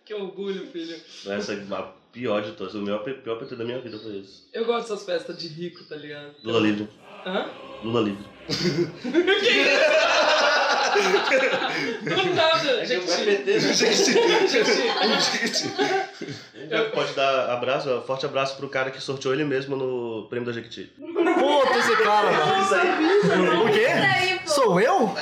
S2: que orgulho, filho.
S4: Essa é a pior de todas. O meu pior PT da minha vida foi isso.
S2: Eu gosto dessas festas de rico, tá ligado?
S4: Lula livre.
S2: Hã?
S4: Lula livre.
S2: que isso? Do
S4: É
S2: nada, gente. [LAUGHS]
S5: Gente,
S4: Já pode dar abraço, ó, forte abraço pro cara que sorteou ele mesmo no prêmio da Jequiti.
S1: Puta, esse cara, mano.
S4: Isso aí.
S1: O quê?
S6: Daí, pô.
S1: Sou eu?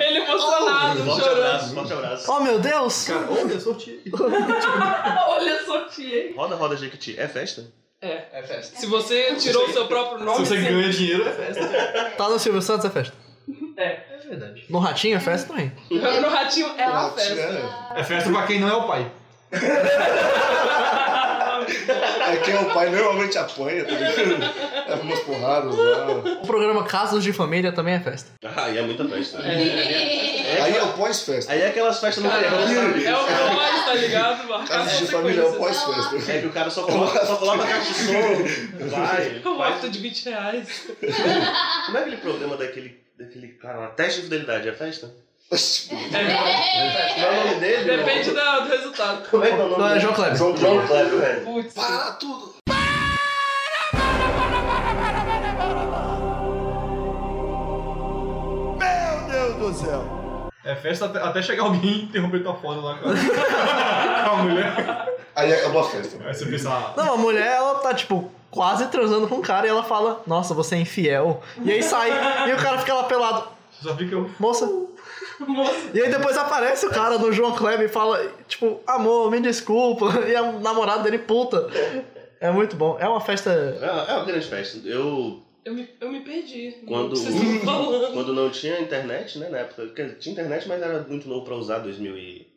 S2: Ele emocionado,
S4: Forte
S2: chorando.
S4: abraço, forte abraço.
S1: Oh, meu Deus!
S3: Cara, olha, sorteio.
S2: Olha só, tia.
S4: Roda, roda Jequiti. É festa?
S2: É.
S3: É festa.
S2: Se você tirou o seu próprio
S3: Se
S2: nome,
S3: você
S2: sim.
S3: ganha dinheiro, é festa.
S1: Tá no Silvio Santos é festa.
S2: É.
S3: É verdade.
S1: No Ratinho é festa também.
S2: No ratinho é a festa.
S5: é.
S3: É festa pra quem não é o pai.
S5: É quem é o pai normalmente apanha, tá ligado? Leva umas porradas lá.
S1: O programa Casos de Família também é festa.
S4: Ah, e é muita festa.
S6: É.
S5: Aí é o pós-festa.
S4: Aí é aquelas festas no verão, sabe?
S2: É o Freud, tá ligado? Marcar
S5: Casa
S2: as
S5: de família é o
S2: sequências.
S5: pós-festa. [LAUGHS]
S4: É que o cara só coloca, só coloca caixa de som. Vai,
S2: É um
S4: faz
S2: ato de 20 reais.
S4: Como é aquele programa daquele, daquele cara lá? Teste de fidelidade, é festa?
S5: tipo,
S4: Não é o nome dele?
S2: Depende da- do resultado.
S4: Como é que é o nome
S1: Não, é
S4: dele?
S1: João Kleber.
S4: João João Kleber, velho.
S2: Putz.
S5: Para tudo!
S3: É festa até, até chegar alguém e interromper tua foto lá com a, com a mulher.
S5: Aí acabou a festa.
S3: Aí você pensa, ah,
S1: Não, a mulher, ela tá, tipo, quase transando com um cara e ela fala, nossa, você é infiel. E aí sai, e o cara fica lá pelado,
S3: só fica um.
S1: moça. E aí depois aparece o cara no João Kleber e fala, tipo, amor, me desculpa. [LAUGHS] E o namorado dele, puta. É muito bom. É uma festa.
S4: É, é uma grande festa. Eu,
S2: Eu me, eu me perdi.
S4: Quando-
S2: Vocês estão falando.
S4: quando não tinha internet, né, na época, quer dizer, tinha internet, mas era muito novo pra usar, 2000 e...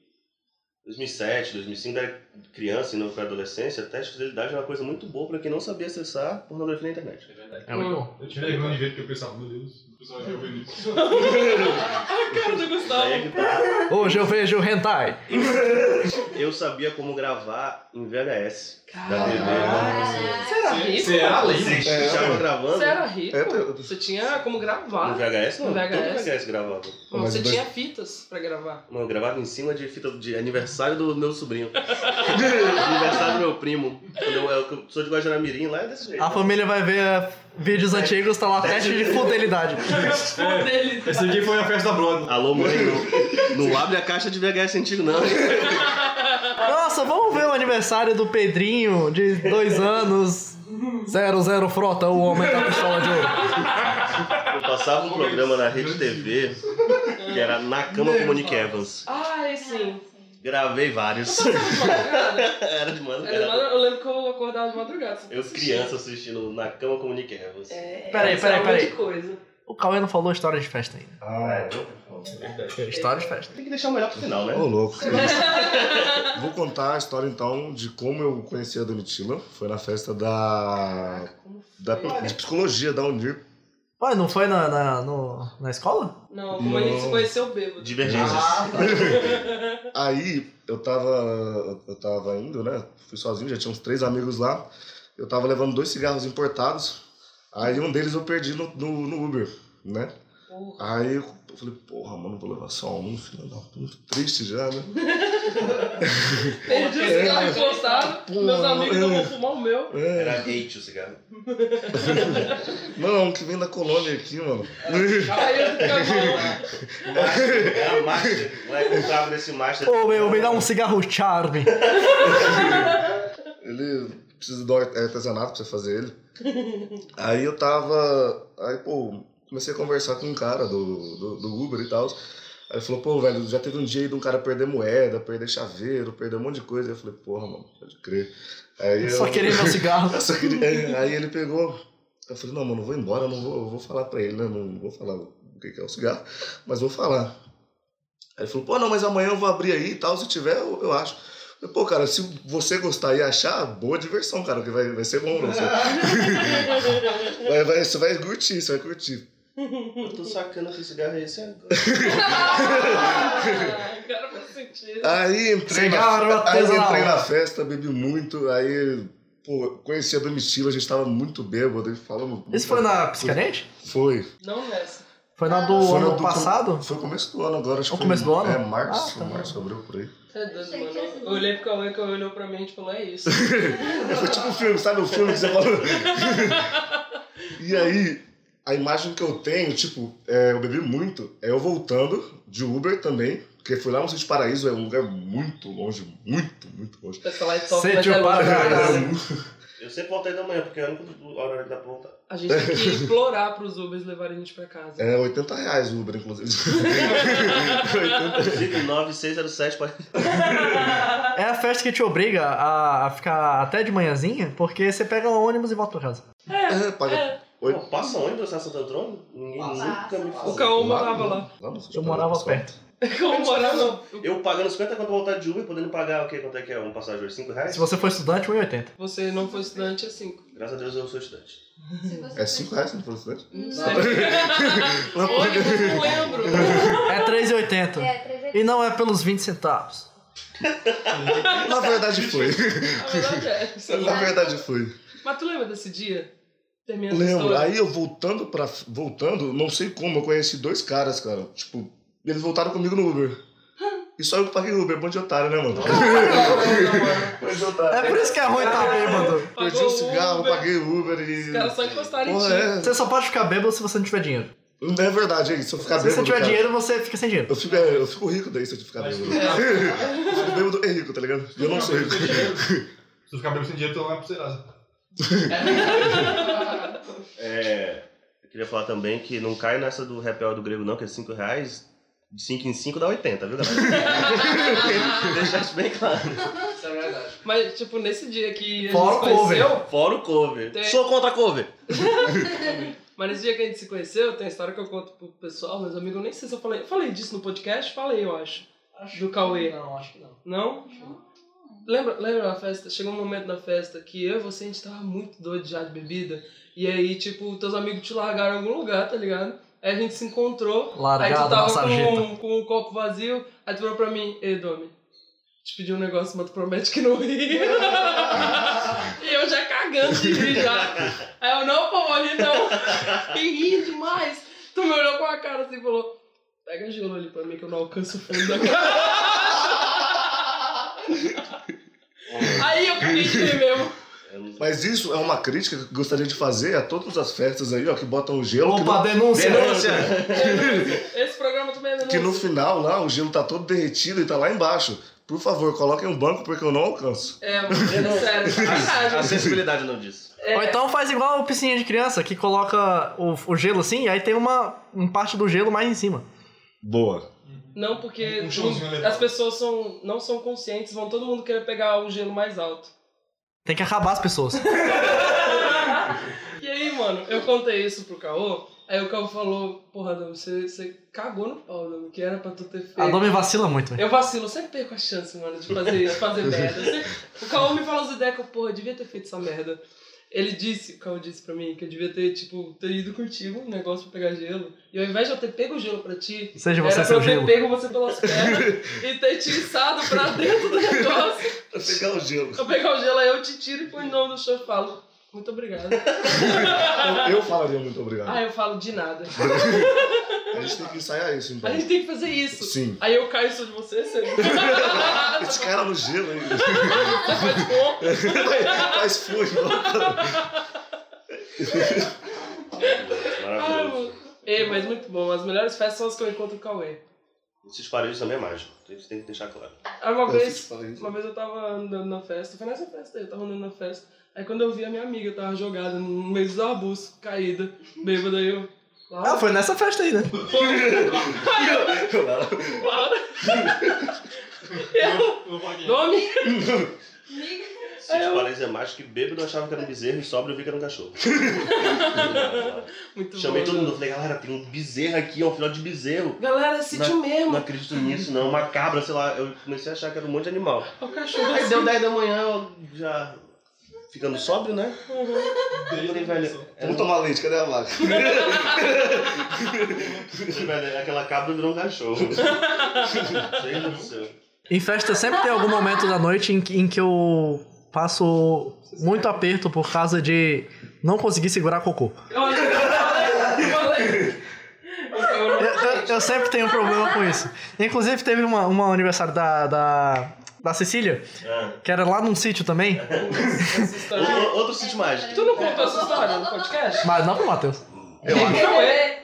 S4: 2007, 2005, era criança e não foi adolescência, teste de fidelidade era uma coisa muito boa pra quem não sabia acessar pornografia na internet.
S1: É muito bom.
S3: Eu tive vergonha de ver porque eu pensava, meu Deus, o pessoal vai ver [LAUGHS] isso.
S2: A cara do
S4: Daí é
S2: Gustavo.
S4: que tá.
S1: Hoje eu vejo o hentai.
S4: Eu sabia como gravar em VHS.
S6: Caralho.
S2: Você era rico?
S3: Você era lei.
S4: Vocês
S5: É,
S4: estavam gravando?
S2: Você era rico?
S5: É, eu-
S2: Você tinha como
S4: No
S2: gravar.
S4: VHS? Não,
S2: No VHS.
S4: todo VHS gravava.
S5: Mas
S2: Você
S5: dois-
S2: tinha fitas pra gravar.
S4: Mano, eu gravava em cima de fita de aniversário do meu sobrinho. [LAUGHS] aniversário do meu primo. Quando Eu, eu, eu sou de Guajaramirim, lá é desse jeito.
S1: A família vai ver eh, vídeos antigos, tá lá, teste de fidelidade.
S2: Pô, deles.
S3: Esse dia foi a festa da Brother.
S4: Alô, mãe, não, não abre a caixa de VHS antigo, não.
S1: Nossa, vamos ver o aniversário do Pedrinho, de dois anos. 00 Frota, o homem da pistola de ouro.
S4: Eu passava um programa na Rede TV que era Na Cama com Monique Evans.
S2: Ai, sim. É
S4: Gravei vários. [LAUGHS]
S2: Madrugada.
S4: Era de
S2: Era
S4: madrugada.
S2: madru- Eu lembro que eu acordava de madrugada.
S4: Eu criança assistindo Na Cama com Monique Evans.
S2: É,
S1: Peraí,
S2: isso
S1: peraí,
S2: era um
S1: peraí.
S2: monte de coisa.
S1: O Cauê não falou história de festa ainda.
S5: Ah,
S1: História de festa.
S4: Tem que deixar o melhor pro final, né?
S5: Ô, louco. Vou contar a história então de como eu conheci a Domitila. Foi na festa da.
S2: Como foi?
S5: da de psicologia da Unir.
S1: Ué, não foi na, na, no- na escola?
S2: Não, como a gente se
S5: Não.
S2: conheceu bêbado.
S4: Divergências.
S1: Ah.
S5: Aí eu tava. Eu tava indo, né? Fui sozinho, já tinha uns três amigos lá. Eu tava levando dois cigarros importados. Aí um deles eu perdi no, no, no Uber, né?
S2: Porra.
S5: Aí eu falei, porra, mano, vou levar só um, filho da puta. Triste já, né?
S2: Perdi o cigarro encostado,
S5: Porra.
S2: meus amigos não vão fumar o meu.
S5: É.
S4: Era hate o cigarro.
S5: Não, um que vem da colônia aqui, mano. [LAUGHS]
S2: Aí eu ficava
S4: Master, Era master. Moleque comprava desse master.
S1: Ô, meu, me dá um cigarro charme.
S5: Ele precisa do é, artesanato pra você fazer ele. [LAUGHS] Aí eu tava. Aí, pô, comecei a conversar com um cara do, do, do Uber e tal. Aí ele falou, pô, velho, já teve um dia aí de um cara perder moeda, perder chaveiro, perder um monte de coisa. Aí eu falei, porra, mano, pode crer. Aí
S1: Só
S5: eu- [LAUGHS]
S1: queria meu cigarro.
S5: Eu só queria- é, Aí ele pegou. Eu falei, não, mano, eu vou embora, eu não vou, eu vou falar pra ele, né? Não vou falar o que que é o cigarro, mas vou falar. Aí ele falou, pô, não, mas amanhã eu vou abrir aí e tal, se tiver, eu, eu acho. Eu falei, pô, cara, se você gostar e achar, boa diversão, cara, que vai, vai ser bom pra você. vai, vai, você vai curtir, você vai curtir.
S4: Eu tô sacando que cigarro é esse agora.
S2: Ah, Agora faz sentido.
S5: Aí entrei,
S1: Cigarro
S5: na, aí
S1: artesanal.
S5: entrei na festa, bebi muito, aí, pô, conheci a Domitila, a gente tava muito bêbado, aí falamos...
S1: Isso foi na Piscanete?
S5: Foi.
S2: Não nessa.
S1: Foi na do
S5: Foi na
S1: ano
S5: do-
S1: passado?
S5: Foi o começo do ano agora, acho
S1: Foi
S5: que
S1: o começo do ano?
S5: É, março,
S1: Ah, tá.
S5: março, abril, por aí.
S2: Tá doido,
S6: Gente,
S2: mano.
S6: essa-
S2: Eu olhei pro Cauê, o Cauê olhou pra mim e tipo, não é isso.
S5: É, foi tipo um filme, sabe o filme que você falou? [LAUGHS] e aí, a imagem que eu tenho, tipo, é, eu bebi muito, é eu voltando de Uber também, porque fui lá no Sítio Paraíso, é um lugar muito longe, muito, muito longe.
S2: O pessoal lá é top,
S1: Sente
S2: mas
S1: o né?
S2: é longe.
S1: Paraná.
S2: cara.
S4: Eu sempre voltei da manhã, porque é a única hora que dá pra voltar.
S2: A gente tem que implorar pros Ubers levarem a gente pra casa.
S5: É 80 reais o Uber, inclusive. [LAUGHS] 80.
S4: Inclusive, 9607 pode.
S1: É a festa que te obriga a, a ficar até de manhãzinha, porque você pega um ônibus e volta pra casa.
S5: É, paga.
S2: É,
S5: Oi.
S4: Pô, Passa ônibus na Santo Antônio? Ninguém
S6: Passa,
S4: nunca me
S6: passa.
S4: falou.
S2: o Cauê Então, morava lá.
S5: Lá no Sítio
S1: Eu morava
S5: Paraíso,
S1: perto.
S2: Cauê morava.
S4: Eu pagando 50 quando voltar de Uber, podendo pagar o quê? Quanto é que é? Um passageiro? 5 reais?
S1: Se você for estudante, 1,80.
S2: Você não foi estudante, é cinco.
S4: Graças a Deus eu sou estudante.
S6: Se
S5: pessoal.
S6: você
S5: É 5 reais no processo?
S2: Não
S6: Não.
S2: sei. Ônibus, não lembro.
S1: É 3,80.
S6: É, 300.
S1: E não é pelos 20 centavos.
S5: Na verdade foi. [LAUGHS]
S2: A verdade é essa.
S5: Na verdade foi.
S2: Mas tu lembra desse dia? Terminando a
S5: Lembro.
S2: história.
S5: Aí eu voltando pra. Voltando, não sei como, eu conheci dois caras, cara. Tipo, eles voltaram comigo no Uber. E só eu que paguei o Uber, bom de otário, né, mano?
S2: Ah,
S5: Bom de otário.
S1: É por isso que é ruim tá bêbado.
S5: [LAUGHS] Perdi o cigarro, paguei o Uber e.
S2: Os caras só encostaram em
S5: Porra,
S2: ti.
S5: é.
S1: Você só pode ficar bêbado se você não tiver dinheiro.
S5: Não é verdade, hein? Se eu ficar
S1: Se você
S5: bêbado.
S1: tiver
S5: cara,
S1: dinheiro, você fica sem dinheiro.
S5: Eu fico, é, eu fico rico daí se eu ficar
S3: Mas-
S5: bêbado. Eu fico bêbado e rico, tá ligado? Eu não sou rico.
S3: Se tu ficar bebendo sem dinheiro, tu não vai pro Serasa.
S4: É, eu queria falar também que não cai nessa do repel do grego, não, que é 5 reais. De 5 em 5 dá 80,
S6: [LAUGHS]
S4: viu, galera? Deixar isso bem claro.
S7: Isso é verdade.
S2: Mas, tipo, nesse dia que a
S1: Fora
S2: gente se
S1: o cover.
S2: conheceu,
S4: Fora o cover.
S2: Tem.
S4: Sou contra cover.
S2: Mas nesse dia que a gente se conheceu, tem a história que eu conto pro pessoal, meus amigos, eu nem sei se eu falei. Eu falei disso no podcast? Falei, eu acho.
S7: Acho
S2: Do
S7: que
S2: Cauê.
S7: Não, acho que não.
S2: Não?
S6: Não.
S2: Lembra, lembra na festa? Chegou um momento na festa que eu e você, a gente tava muito doido já de bebida. E aí, tipo, teus amigos te largaram em algum lugar, tá ligado? Aí a gente se encontrou. Aí tu
S1: Largado na
S2: tava
S1: sarjeta.
S2: com, com um copo vazio, aí tu falou pra mim, ei, Domi, te pedi um negócio, mas tu promete que não ri. [LAUGHS] e eu já cagando de rir já. Aí eu, não, pô, vou rir não. [LAUGHS] E ri demais. Tu me olhou com a cara assim e falou, pega gelo ali pra mim que eu não alcanço o fundo da cara. [LAUGHS]
S6: É.
S2: aí eu caguei de rir mesmo.
S4: Eu não-
S5: Mas isso é uma crítica que eu gostaria de fazer a todas as festas aí, ó, que botam
S2: um
S5: gelo. que
S1: Opa, denúncia!
S4: Denúncia!
S2: Esse programa também é
S5: Que no
S2: denúncia.
S5: final lá o gelo tá todo derretido e tá lá embaixo. Por favor, coloquem um banco porque eu não alcanço.
S2: É, mano, sério,
S4: A
S2: sacanagem.
S4: sensibilidade não
S6: [LAUGHS]
S4: diz.
S1: Ou então faz igual a piscininha de criança, que coloca o, o gelo assim, e aí tem uma, uma parte do gelo mais em cima.
S5: Boa.
S2: Não, porque
S3: Um showzinho
S2: tu-
S3: legal.
S2: as pessoas são, não são conscientes, vão todo mundo querer pegar o gelo mais alto.
S1: Tem que acabar as pessoas.
S2: E aí, mano, eu contei isso pro Caô, aí o Caô falou, porra, Dami, você, você cagou no pau, Dami, que era pra tu ter feito.
S1: A Domi vacila muito, velho.
S2: Eu vacilo, eu sempre perco a chance, mano, de fazer isso, fazer merda. Eu sempre- O Caô me falou as ideias que eu, porra, eu devia ter feito essa merda. Ele disse, o Caô disse pra mim, que eu devia ter, tipo, ter ido contigo um negócio pra pegar gelo. E ao invés de eu ter pego o gelo pra ti,
S1: Seja
S2: era
S1: você
S2: pra eu
S1: seu
S2: ter
S1: gelo.
S2: pego você pelas pernas e ter te içado
S1: [LAUGHS]
S2: pra dentro do negócio.
S5: Pra pegar é o gelo.
S2: Eu pegar o gelo aí, eu te tiro e põe o nome no chão e falo. Muito obrigado.
S5: Eu, eu falaria muito obrigado.
S2: ah, eu falo de nada.
S5: A gente tem que ensaiar isso, então.
S2: A gente tem que fazer isso.
S5: Sim.
S2: Aí eu caio sobre você, você. [LAUGHS] tá
S5: Esse cara no gelo [LAUGHS] aí.
S2: Você faz bom.
S5: Faz fui.
S2: Ah,
S4: Maravilhoso.
S2: mano. É, mas muito bom. As melhores festas são as que eu encontro o Cauê.
S4: Esses paredes também é mágico. Isso tem que deixar claro.
S2: Aí uma
S5: Eu fiz
S2: vez,
S5: falar isso.
S2: uma vez eu tava andando na festa, foi nessa festa aí, eu tava andando na festa. Aí quando eu vi a minha amiga, eu tava jogada no meio dos arbustos, caída, bêbada, aí eu.
S1: Ah, foi nessa festa aí, né?
S2: Aí eu, Laura.
S3: Eu, eu vou aqui.
S2: Nome?
S6: Liga.
S4: Se te parecer mais que bêbado, eu achava que era um bezerro e sobra eu vi que era um [LAUGHS] cachorro.
S2: Muito
S4: Chamei
S2: bom.
S4: todo mundo, falei, galera, tem um bezerro aqui, é um filhote de bezerro.
S2: Galera, sentiu
S4: Não-
S2: mesmo.
S4: Não acredito nisso, não. Uma cabra, sei lá. Eu comecei a achar que era um monte de animal.
S2: O cachorro.
S4: Aí deu 10 da manhã, eu já Uhum. ficando sóbrio, né? Eu falei, velho, era
S5: Vamos tomar leite, cadê a vaca?
S4: Velho, aquela cabra virou um [LAUGHS] cachorro. Gente do céu.
S1: Em festa sempre tem algum momento da noite em que, em que eu passo muito aperto por causa de não conseguir segurar cocô.
S2: Olha, falei, falei. Eu
S1: Eu,
S2: não-
S1: eu- eu sempre tenho um problema com isso. Inclusive, teve uma, uma aniversário da, da, da Cecília,
S4: Ah.
S1: que era lá num sítio também,
S2: Essa história.
S4: O- o- Outro sítio mágico.
S2: Tu não contou essa história no podcast?
S1: mas não pro Matheus.
S4: Eu
S2: Nem
S4: acho.
S2: pro Cauê.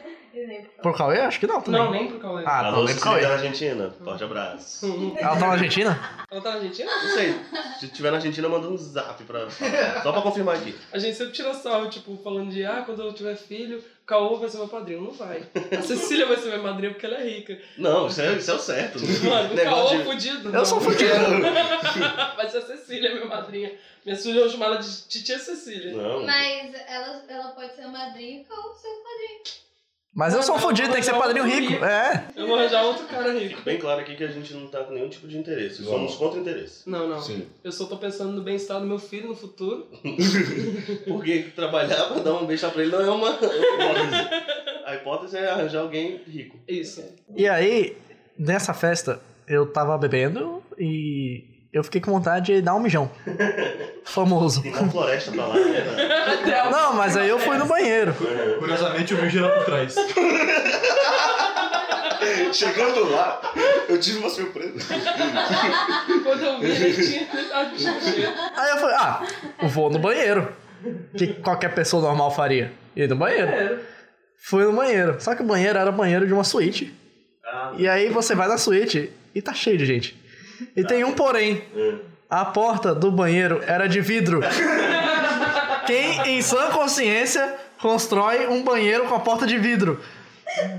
S1: Pro Cauê? Acho que não também.
S2: Não, nem pro Cauê.
S1: Ah, não,
S4: Alô,
S1: nem pro
S4: Cecília
S1: Cauê.
S4: da Argentina. Forte abraço.
S1: Ela tá na Argentina?
S2: Ela tá na Argentina?
S4: Não sei. Se tiver na Argentina, manda um zap pra. falar. Só pra confirmar aqui.
S2: A gente sempre tira sarro, tipo, falando de ah, quando eu tiver filho, o Caô vai ser meu padrinho. Não vai. A Cecília vai ser minha madrinha porque ela é rica.
S4: Não, isso é, isso é o certo.
S2: Mano, o Caô
S4: Negócio
S2: é
S4: de.
S2: fudido.
S1: Eu sou fudido.
S2: [LAUGHS] Vai ser a Cecília, minha madrinha. Minha filha vão chamar ela de titia Cecília.
S4: Não.
S6: Mas ela, ela pode ser madrinha ou seu padrinho.
S1: Mas eu sou um fudido, tem que ser padrinho rico. É.
S2: Eu vou arranjar outro cara rico.
S4: Fica bem claro aqui que a gente não tá com nenhum tipo de interesse.
S5: Vamos.
S4: Somos contra interesse.
S2: Não, não.
S5: Sim.
S2: Eu só tô pensando no bem-estar do meu filho no futuro.
S4: Porque trabalhar pra dar um beijo pra ele não é uma hipótese. A hipótese é arranjar alguém rico.
S2: Isso.
S1: E aí, nessa festa, eu tava bebendo e eu fiquei com vontade de dar um [LAUGHS] mijão. Famoso.
S4: Tem uma floresta pra lá, né?
S2: [LAUGHS] Até o-
S1: Não, mas aí eu fui no banheiro.
S3: Curiosamente, o mijo era por trás.
S5: Chegando lá, eu tive uma surpresa.
S2: Quando eu vi, ele tinha tentado de titia.
S1: Aí eu falei, ah, eu vou no banheiro. Que qualquer pessoa normal faria. Ir no banheiro.
S2: Era.
S1: Fui no banheiro. Só que o banheiro era o banheiro de uma suíte.
S4: Ah,
S1: E aí você vai na suíte e tá cheio de gente. E tem um porém. A porta do banheiro era de vidro. Quem em sã consciência constrói um banheiro com a porta de vidro?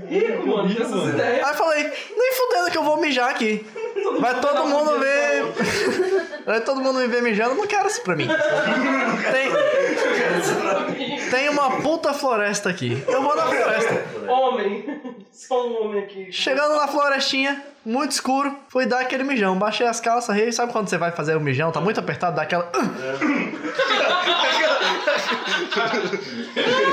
S2: Rico, mano, tem essas
S1: [LAUGHS]
S3: Mano.
S2: ideias.
S1: Aí eu falei, nem fudendo que eu vou mijar aqui. Vai todo mundo ver. [LAUGHS] Vai todo mundo me ver mijando, não quero isso pra mim. Tem, tem uma puta floresta aqui. Eu vou na floresta.
S2: Homem. Só um homem aqui.
S1: Chegando na florestinha, muito escuro, fui dar aquele mijão. Baixei as calças, rei. Sabe quando você vai fazer o mijão? Tá muito apertado, dá aquela. "Hum".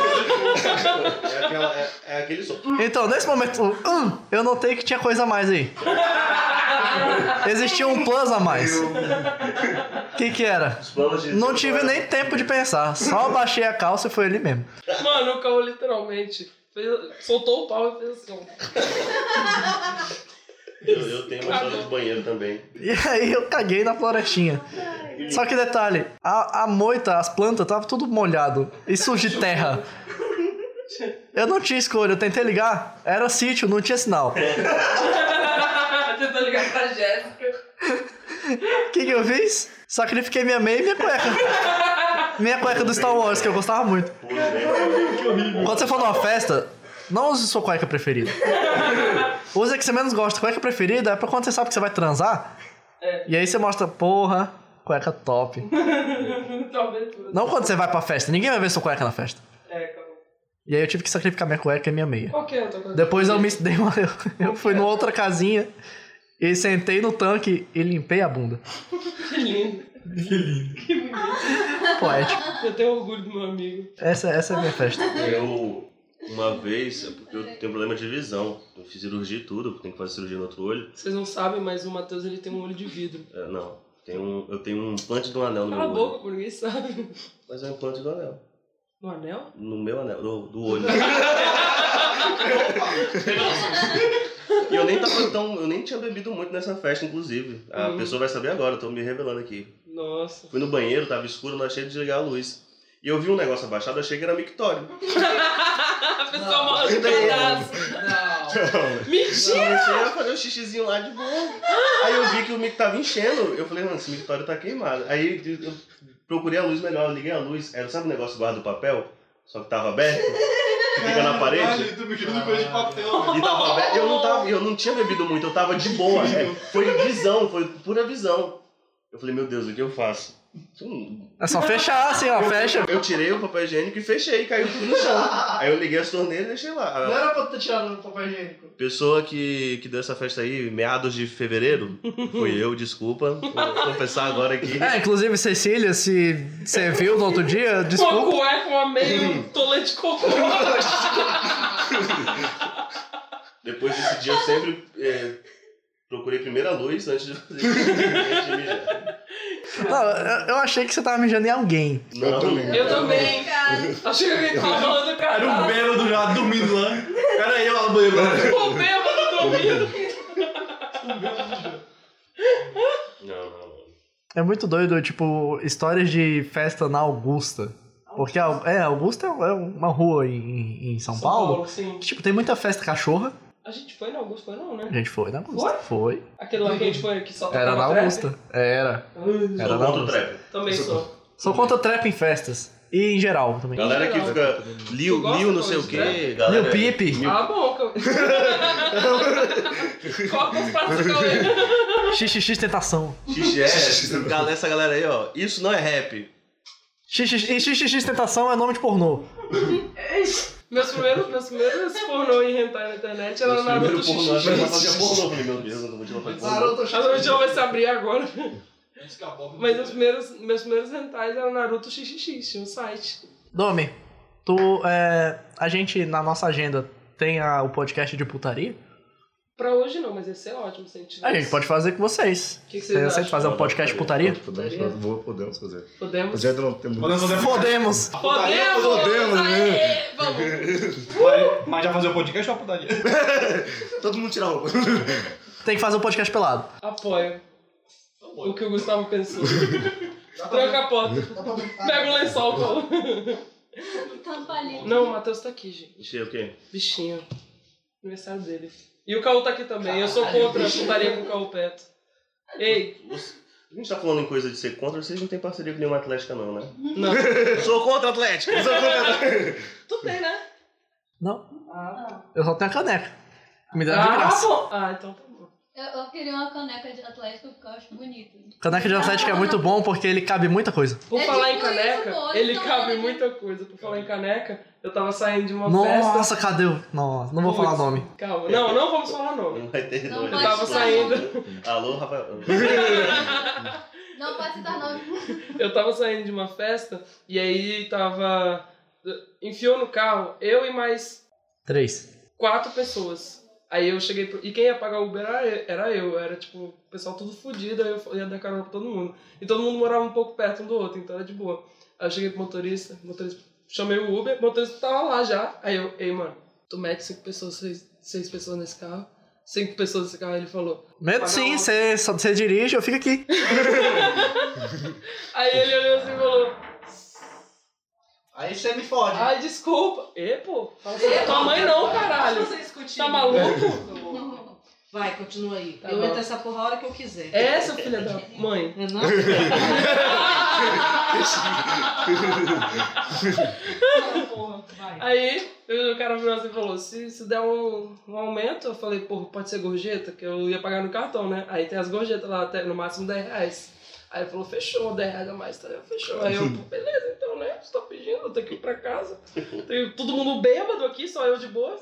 S4: é, aquela- é- é aquele som.
S1: Então, nesse momento, o "hum", eu notei que tinha coisa a mais aí. Existia um plus a mais. O que que era?
S4: Os planos de-
S1: Não tive nem tempo de pensar, só baixei a calça e foi ele mesmo.
S2: Mano, o Caô literalmente fez- soltou o pau e fez [LAUGHS] assim. ó.
S4: Eu, eu tenho uma história de banheiro também.
S1: E aí eu caguei na florestinha. Só que detalhe, a, a moita, as plantas, tava tudo molhado e sujo de terra. Eu não tinha escolha, eu tentei ligar, era sítio, não tinha sinal. O
S2: Tentou ligar pra Jéssica.
S1: que, que eu fiz? Sacrifiquei minha meia e minha cueca. Minha cueca do Star Wars, que eu gostava muito.
S4: Pô, né?
S1: Quando você for numa festa, não use sua cueca preferida. Use a que você menos gosta. Cueca preferida é pra quando você sabe que você vai transar.
S2: É.
S1: E aí você mostra, porra, cueca top.
S2: Talvez tudo.
S1: Não quando você vai pra festa, ninguém vai ver sua cueca na festa.
S2: É, Caô.
S1: E aí eu tive que sacrificar minha cueca e minha meia.
S2: Qual que é a outra coisa?
S1: Depois eu me [LAUGHS] dei uma. Eu fui numa outra casinha e sentei no tanque e limpei a bunda.
S2: Que [LAUGHS] lindo.
S1: Poético.
S2: Eu tenho orgulho do meu amigo.
S1: Essa, essa é a minha festa.
S4: Eu, uma vez, é porque eu tenho problema de visão. Eu fiz cirurgia e tudo, tenho que fazer cirurgia no outro olho.
S2: Vocês não sabem, mas o Matheus ele tem um olho de vidro.
S4: É, não, tem um, eu tenho um implante de um anel no
S2: Cala a
S4: meu olho.
S2: boca, por ninguém sabe.
S4: Mas é um implante do anel.
S2: No anel?
S4: No meu anel, do, do olho. E eu nem tava tão. Eu nem tinha bebido muito nessa festa, inclusive. A
S2: Uhum.
S4: pessoa vai saber agora, eu tô me revelando aqui.
S2: Nossa.
S4: Fui no banheiro, tava escuro, não achei de desligar a luz. E eu vi um negócio abaixado, achei que era mictório.
S2: [LAUGHS] A pessoa morre de
S4: Não.
S2: pedaço. Mentira!
S4: Eu comecei a fazer o xixizinho lá de boa. Aí eu vi que o mico tava enchendo. Eu falei, mano, esse mictório tá queimado. Aí eu procurei a luz melhor, eu liguei a luz. Era, sabe o negócio do guarda-papel? Só que tava aberto? Que fica na parede?
S3: Caralho, tu mijou no coisa de papel, velho.
S4: E tava aberto. Eu não, tava, eu não tinha bebido muito, eu tava de boa. É, foi visão, foi pura visão. Eu falei, meu Deus, o que eu faço? Sim.
S1: É só fechar assim, ó, fecha.
S4: Eu tirei o papel higiênico e fechei, caiu tudo no chão. Aí eu liguei as torneiras e deixei
S7: Não
S4: lá.
S7: era pra ter tirado no papel higiênico.
S4: A pessoa que, que deu essa festa aí, meados de fevereiro, fui eu, desculpa. Vou confessar agora aqui.
S1: É, inclusive, Cecília, se você viu no outro dia,
S2: Uma
S1: desculpa.
S2: cueca, uma meia, um tolete de cocô.
S4: Depois desse dia eu sempre é, procurei primeiro a luz antes de fazer antes de mijar.
S1: Não, eu eu achei que você tava mijando em alguém.
S4: Não,
S5: também.
S2: Eu também.
S6: Cara,
S2: Achei que alguém tava falando
S3: Era um
S2: caralho.
S3: bêbado já dormindo lá. Era eu lá no banheiro.
S2: O bêbado dormindo.
S4: Não, não, não.
S1: É muito doido, tipo, histórias de festa na Augusta. Porque, a- é, Augusta é um- é uma rua em, em São, Paulo.
S2: Sim.
S1: Tipo, tem muita festa cachorra.
S2: A gente foi na Augusta, foi não,
S1: A
S2: né?
S1: gente foi na Augusta. Foi?
S2: Aquele lá que a gente foi que só tocava
S1: Era na
S2: trap.
S1: Augusta. Era.
S2: Ah,
S1: Era
S4: Sou
S1: na
S4: contra o
S1: Augusta.
S4: trap.
S2: Também sou.
S1: Só conta trap em festas. E em geral também.
S2: [LAUGHS]
S4: Galera que fica
S2: Tu
S4: Liu,
S2: gosta
S4: Liu não sei
S2: de
S4: o que,
S2: trap?
S4: galera.
S1: Lil Peep.
S2: Ah, bom.
S1: [LAUGHS]
S2: que- Copa os passos de Cauê.
S1: XXX Tentação.
S4: Xixi, é, galera, essa galera aí, ó. Isso não é rap.
S1: XXX, e XXX Tentação é nome de pornô.
S2: Meus primeiros, meus primeiros pornô em hentai na internet era Naruto
S4: pornô, eu
S2: Xixi.
S4: fazia pornô. Eu falei, meu Deus, eu não vou te fazer pornô.
S7: Naruto
S5: né?
S2: A Naruto vai se abrir agora.
S3: Escapou.
S2: Mas os primeiros, meus primeiros hentais eram Naruto XXX, tinha um site.
S1: Domi, tu. É, a gente, na nossa agenda, tem a- o podcast de putaria.
S2: Pra hoje não, mas ia ser ótimo se a gente
S1: É, A gente pode fazer com vocês.
S2: O que, que
S1: Você
S2: vocês
S1: aceita
S2: acham?
S1: fazer um podcast de putaria?
S5: Podemos, podemos, vou- podemos fazer.
S2: Podemos?
S5: Mas ainda não temos.
S3: Podemos fazer
S1: Podemos!
S2: Podemos!
S5: Podemos, né?
S2: Aê, Vamos!
S3: Mas- Mas já fazer o podcast ou a putaria?
S5: Todo mundo tira a roupa.
S1: Tem que fazer um podcast pelado.
S2: Apoio. O que o Gustavo pensou. Tranca a porta. Pega o lençol, Paulo.
S6: tampa ali.
S2: Não, o Matheus tá aqui, gente.
S4: Xixi, o quê?
S2: Bichinho. Aniversário dele. E o Caô tá aqui também. Eu sou contra a putaria com o Caô Peto. Ei,
S4: A gente tá falando em coisa de ser contra, vocês não têm parceria com nenhuma atlética, não, né?
S6: [LAUGHS]
S2: não.
S4: Sou contra a atlética! Sou contra a [LAUGHS] atlética!
S2: Tu tem, né?
S1: Não,
S2: Ah,
S1: eu só tenho a caneca. Me deram de graça.
S2: bom. Ah, então tá bom.
S6: Eu, eu queria uma caneca de Atlético porque eu acho bonito.
S1: Caneca de Atlético é muito bom porque ele cabe muita coisa.
S2: Por
S6: É
S2: falar em
S6: tipo
S2: caneca,
S6: isso, pô,
S2: ele
S6: então
S2: cabe
S6: ele-
S2: muita coisa. Por falar em caneca, eu tava saindo de uma festa.
S1: Nossa, cadê o. Nossa, não vou falar o
S2: Putz,
S1: nome.
S2: Calma. Não, não vamos falar nome.
S4: Não vai ter
S6: Não
S4: dois.
S6: pode
S2: tava
S6: citar
S2: saindo.
S6: nome.
S2: [LAUGHS]
S4: Alô, Rafael.
S6: Não pode um citar nome.
S2: Eu tava saindo de uma festa e aí tava. eh, Enfiou no carro eu e mais
S1: Três.
S2: quatro pessoas. Aí eu cheguei. Pro... E quem ia pagar o Uber era eu, era eu. Era tipo, o pessoal tudo fodido, aí eu ia dar carona pra todo mundo. E todo mundo morava um pouco perto um do outro, então era de boa. Aí eu cheguei pro motorista, motorista chamei o Uber, o motorista tava lá já. Aí eu, ei, mano, tu mete cinco pessoas, seis, seis pessoas nesse carro. Cinco pessoas nesse carro, ele falou.
S1: Medo sim,
S2: não.
S1: você só- você dirige, eu fico aqui.
S2: Aí ele olhou assim e falou:
S7: Aí você me fode.
S2: Ai, desculpa. Ê, pô, fala assim pra tua mãe não, caralho.
S8: Vocês discutindo.
S2: Tá maluco?
S7: [LAUGHS]
S8: Vai, continua aí.
S2: Tá
S8: eu
S2: bom.
S8: entro nessa porra a hora que eu quiser.
S2: É, seu filho da mãe.
S8: Não é não?
S5: [LAUGHS]
S8: Porra, vai.
S2: Aí o cara virou assim e falou: se, se der um, um aumento, eu falei, porra, pode ser gorjeta, que eu ia pagar no cartão, né? Aí tem as gorjetas lá, até, no máximo 10 reais. Aí ele falou, fechou, 10 reais a mais, tá? Eu, fechou. Aí eu, pô, beleza, então, né? Você tá pedindo, eu tenho que ir pra casa. Tem todo mundo bêbado aqui, só eu de boa.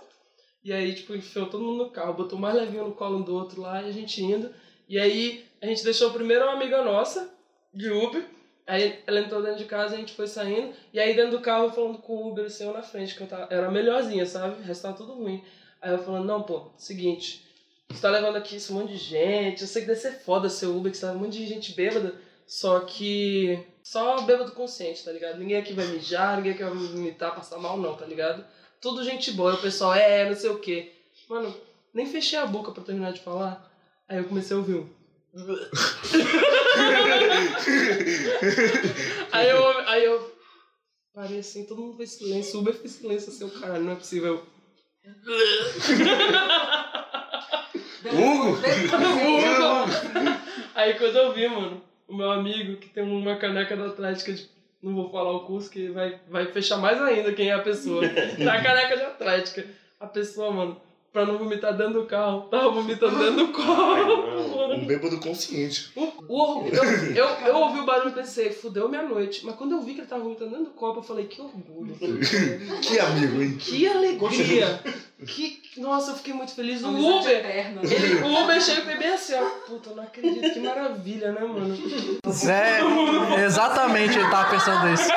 S2: E aí, tipo, enfiou todo mundo no carro, botou mais levinho no colo um do outro lá e a gente indo. E aí a gente deixou primeiro uma amiga nossa, de Uber. Aí ela entrou dentro de casa, a gente foi saindo. E aí dentro do carro eu falando com o Uber, assim, eu na frente, que eu tava, era a melhorzinha, sabe? O resto tava tudo ruim. Aí eu falando, não, pô, seguinte, você tá levando aqui esse monte de gente, eu sei que deve ser foda ser Uber, que você tá um monte de gente bêbada, só que só bêbado consciente, tá ligado? Ninguém aqui vai mijar, ninguém aqui vai vomitar, passar mal não, tá ligado? Tudo gente boa, aí o pessoal, é, não sei o quê. Mano, nem fechei a boca pra terminar de falar, aí eu comecei a ouvir um... [LAUGHS] aí eu, aí eu parei assim, todo mundo fez silêncio, Uber fez silêncio, assim, o cara, não é possível.
S8: um
S5: Hugo?
S2: [LAUGHS] [LAUGHS] Aí quando eu vi, mano, o meu amigo que tem uma caneca da Atlética de. Não vou falar o curso, que [LAUGHS] vai, vai fechar mais ainda quem é a pessoa. tá a caneca de Atlética. A pessoa, mano, pra- Pra não vomitar dentro do carro. Tava vomitando dentro do carro.
S5: [LAUGHS] Um bêbado consciente.
S2: O orgulho. Eu, eu, [LAUGHS] eu ouvi o barulho e pensei, fudeu minha noite. Mas quando eu vi que ele tava vomitando dentro do copo, eu falei, que [LAUGHS] orgulho.
S5: Que amigo, hein?
S2: Que alegria. Que, nossa, eu fiquei muito feliz. O
S8: Amizade
S2: Uber,
S8: eterna.
S2: ele, o Uber chega e foi bem assim, ó. Puta, eu não acredito, que maravilha, né, mano?
S1: É, exatamente, ele tava pensando isso.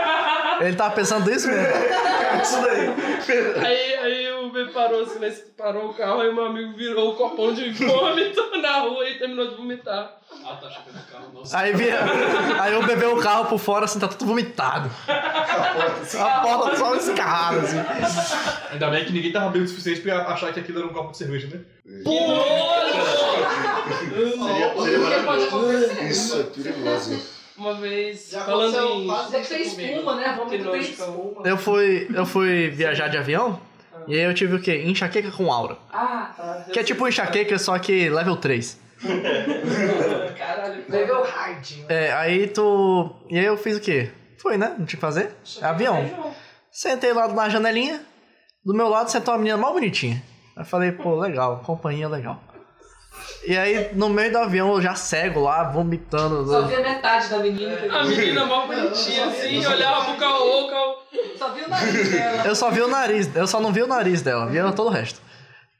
S1: Ele tava pensando isso mesmo.
S4: É
S5: Isso daí.
S2: Aí, aí o Uber parou, assim, nesse- parou o carro, aí meu amigo virou o copão de vômito [LAUGHS] na rua e terminou de vomitar.
S3: Ah, tá chegando o carro, nossa.
S1: Aí vira. Aí eu bebeu o carro por fora, assim, tá tudo vomitado. A porta só escarrada, assim.
S3: Ainda bem que ninguém tava bêbado o suficiente pra achar que aquilo era um copo de cerveja, né?
S2: Pô!
S4: Seria, seria
S8: O que pode
S4: maravilhoso.
S8: acontecer?
S5: Isso é perigoso.
S2: Uma vez,
S7: Já
S2: falando
S7: aconteceu
S2: em...
S7: quase
S8: Deve ser
S7: isso comigo.
S8: espuma, né? Vamos
S2: Que
S8: ter
S2: nojo, cara.
S8: espuma.
S1: Eu fui, eu fui viajar de avião e aí eu tive o quê? Enxaqueca com aura.
S8: Ah, tá.
S1: Que é tipo enxaqueca, só que level 3.
S2: Caralho,
S8: Level hard.
S1: É, aí tu. E aí eu fiz o quê? Foi, né? Não tinha o que fazer? Avião. Sentei lá na janelinha. Do meu lado sentou uma menina mal bonitinha. Aí eu falei, pô, legal, companhia legal. E aí, no meio do avião, eu já cego lá, vomitando.
S8: Só viu metade da menina.
S2: A menina mó bonitinha, assim, olhava pro caô, caô.
S8: Só viu o nariz dela.
S1: Eu só vi o nariz, eu só não vi o nariz dela, vi todo o resto.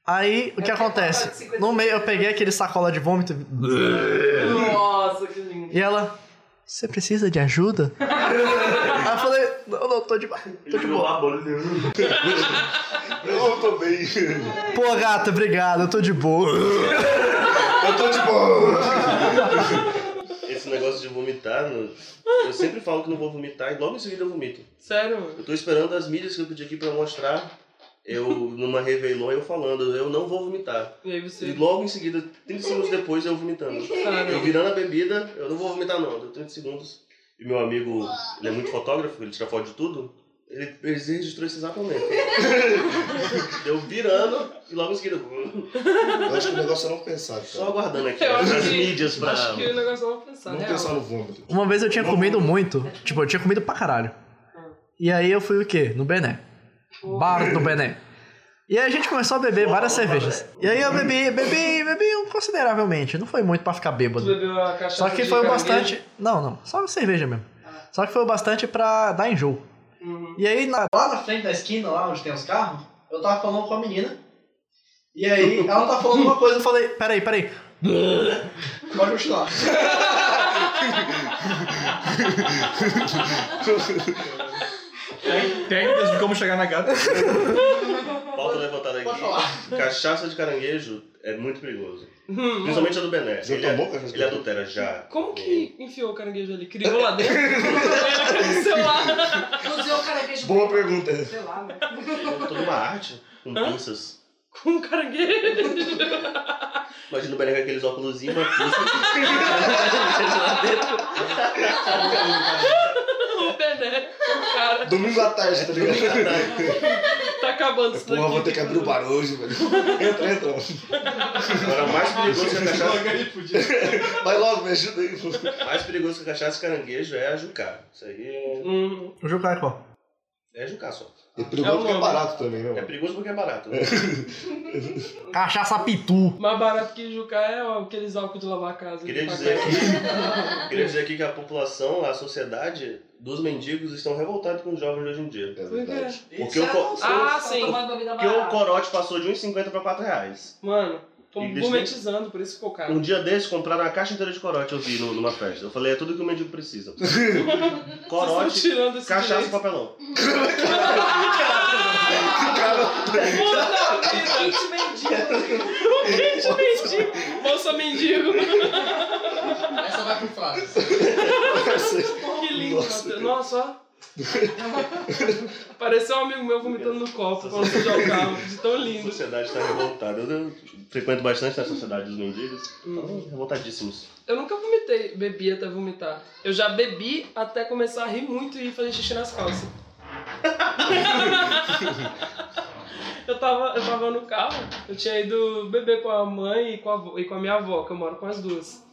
S1: Aí, o que acontece? No meio, eu peguei aquele sacola de vômito
S2: Nossa, que lindo.
S1: e ela, você precisa de ajuda? Aí eu falei, não, não, tô de, ba- tô de boa.
S4: Jogou a bola de ouro.
S5: Eu tô bem.
S1: Pô, gata, obrigado, eu tô de boa.
S5: Eu tô de boa.
S4: Esse negócio de vomitar, no- eu sempre falo que não vou vomitar e logo em seguida eu vomito.
S2: Sério?
S4: Eu tô esperando as mídias que eu pedi aqui pra mostrar. Eu, numa Réveillon, eu falando, eu não vou vomitar.
S2: E aí
S4: E
S2: você... tá, né?
S4: logo em seguida, 30 segundos depois, eu vomitando. Eu
S2: Cara,
S4: virando a bebida, eu não vou vomitar não, deu 30 segundos. E meu amigo, ele é muito fotógrafo, ele tira foto de tudo. Ele, ele registrou esse
S2: [LAUGHS]
S4: exato momento. eu virando e logo em seguida, eu-
S5: Eu acho que o negócio é não pensar,
S4: só
S5: cara.
S4: aguardando aqui
S2: Eu
S4: ó,
S2: acho
S4: as
S2: que-
S4: mídias pra...
S2: acho que o negócio eu vou pensar,
S5: Não
S2: né?
S5: pensar no vômito.
S1: Uma vez eu tinha comido muito, tipo, eu tinha comido pra caralho. E aí eu fui o quê? No Bené. Bar do Bené. E aí a gente começou a beber várias cervejas. E aí eu bebi, bebi, bebi um consideravelmente. Não foi muito pra ficar bêbado.
S2: bebeu a cachaça
S1: Só que
S2: de
S1: foi o
S2: caranguejo.
S1: bastante. Não, não. Só cerveja mesmo. Só que foi o bastante pra dar enjoo.
S2: Uhum.
S1: E aí, na...
S7: Lá na frente da esquina, lá onde tem os carros, eu tava falando com a menina. E aí, ela tava falando uma coisa,
S1: eu falei: peraí, peraí.
S7: pode continuar.
S3: Técnicas de como chegar na gata.
S4: Pauta levantada
S7: Pode falar.
S4: aqui. Cachaça de caranguejo é muito perigoso.
S2: Hum.
S4: Principalmente a do Bené.
S5: Já
S4: Ele,
S5: tomou,
S4: é,
S5: cara?
S4: ele adultera já.
S2: Como que enfiou o caranguejo ali? Criou lá dentro? Seu lá.
S8: Cozinhou o caranguejo.
S5: Boa
S8: bem.
S5: pergunta.
S8: Sei lá, né?
S4: É toda uma arte com pinças.
S2: Com o caranguejo. [LAUGHS]
S4: Imagina o Bené com aqueles óculos e uma pinça. lá dentro.
S2: [LAUGHS] O Bené. O cara
S5: Domingo à tarde, tá ligado?
S2: tá acabando isso
S5: Porra, vou ter que abrir o bar hoje, velho. Entra, entra.
S4: Agora, mais perigoso que a cachaça
S5: Vai logo, me ajuda aí. pô.
S4: mais perigoso que a cachaça e caranguejo é a jucá. Isso aí é,
S2: Hum.
S1: O Juca é qual?
S4: é jucá só.
S5: É perigoso porque é barato também, né?
S4: É
S5: mano?
S4: perigoso porque é barato. Né?
S1: Cachaça Pitu.
S2: Mais barato que Jucá é ó, aqueles álcool de lavar a casa.
S4: Queria
S2: Pra
S4: dizer,
S2: cá.
S4: aqui, queria dizer aqui que a população, a sociedade dos mendigos estão revoltados com os jovens de hoje em dia.
S5: É verdade.
S4: Porque o,
S8: um
S4: co-
S2: Ah,
S8: Só
S2: sim.
S8: tomando bebida
S4: porque o
S8: barata.
S4: corote passou de 1,50 para 4 reais.
S2: Mano, tô
S4: E deixa-
S2: gourmetizando, por isso ficou caro.
S4: Um dia desses compraram uma caixa inteira de corote, eu vi no- numa festa. Eu falei, é tudo que o mendigo precisa.
S2: Vocês
S4: Corote,
S2: estão tirando esse
S4: cachaça e
S2: [LAUGHS] direito.
S4: papelão.
S2: Puta vida.
S8: Kit mendigo.
S2: Gente, mendigo. Moça mendigo.
S7: Essa vai pro Flávio.
S2: Que lindo,
S5: Nossa.
S2: Matheus. Nossa, ó. Pareceu um amigo meu vomitando no copo quando você jogava. De tão
S4: A
S2: lindo.
S4: sociedade está revoltada. Eu, eu frequento bastante na sociedade dos mendigos. Estão revoltadíssimos.
S2: Eu nunca vomitei, bebi até vomitar. Eu já bebi até começar a rir muito e fazer xixi nas calças. [LAUGHS] eu, tava, eu tava no carro, eu tinha ido beber com a mãe e com a, avó- e com a minha avó, que eu moro com as duas.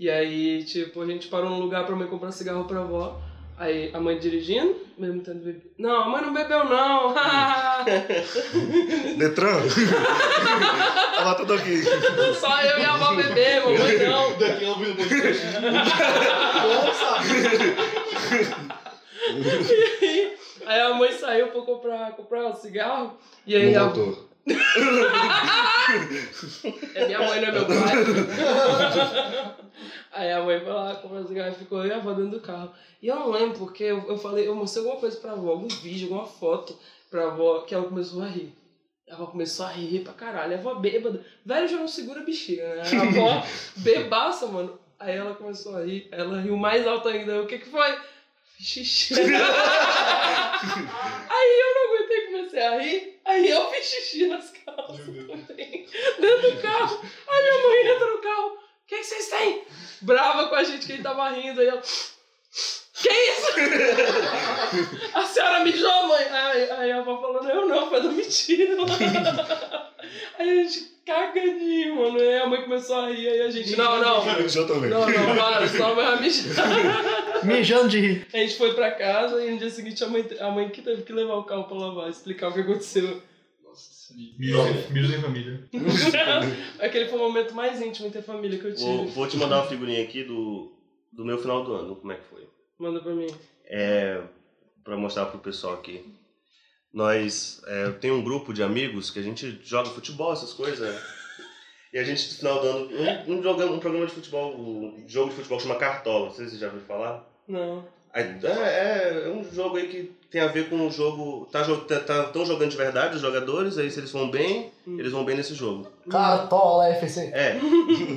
S2: E aí, tipo, a gente parou num lugar pra mãe comprar cigarro pra avó. Aí a mãe dirigindo, mesmo tendo bebido. Não, [LAUGHS] a mãe não bebeu não.
S5: Detran? [LAUGHS] Tava tudo aqui.
S2: Só eu e a avó bebê, mamãe não. [LAUGHS]
S3: Daqui ela ouviu o podcast.
S2: Aí a mãe saiu pra comprar, comprar um cigarro. E aí
S5: Não
S2: a-
S5: voltou.
S2: é minha mãe, não é meu pai. [LAUGHS] aí a mãe foi lá comprar um cigarro e ficou eu e a avó dentro do carro. E eu não lembro porque eu, eu falei, eu mostrei alguma coisa pra avó, algum vídeo, alguma foto pra avó, que ela começou a rir. A avó começou a rir pra caralho. A avó bêbada. Velho já não segura a bexiga, né? A [LAUGHS] avó bebaça, mano. Aí ela começou a rir. Ela riu mais alto ainda. Eu, O que que foi? Xixi. Aí eu não aguentei comecei a rir, aí eu fiz xixi nas calças também. Dentro do carro. Aí minha mãe entra no carro. O que que vocês têm? Brava com a gente, quem tava rindo. Aí eu. Que isso? A senhora mijou, mãe? Aí, aí a avó falando, eu não, foi da mentira. Aí a gente caga de rir, mano. Aí a mãe começou a rir, aí a gente. Não, não.
S5: Mijou também.
S2: Não, não,
S4: [LAUGHS]
S2: para, só vai mijar.
S1: Mijando de rir.
S2: A gente foi pra casa e no dia seguinte a mãe, a mãe que teve que levar o carro pra lavar, explicar o que
S4: [LAUGHS]
S2: aconteceu.
S3: Miros em família.
S2: Aquele foi o momento mais íntimo entre a família que eu tive.
S4: Vou, vou te mandar uma figurinha aqui do, do meu final do ano, como é que foi.
S2: Manda pra mim.
S4: É, pra mostrar pro pessoal aqui. Nós é, tem um grupo de amigos que a gente joga futebol, essas coisas. né? E a gente, no final do ano, um, um, joga- um programa de futebol, um jogo de futebol que chama Cartola. Não sei se vocês já ouviram falar.
S2: Não.
S4: Aí, É, é, é um jogo aí que tem a ver com o jogo. Tá, jo- tá, tá- tão jogando de verdade os jogadores, aí se eles vão bem,
S2: Hum.
S4: eles vão bem nesse jogo.
S1: Cartola FC.
S4: É,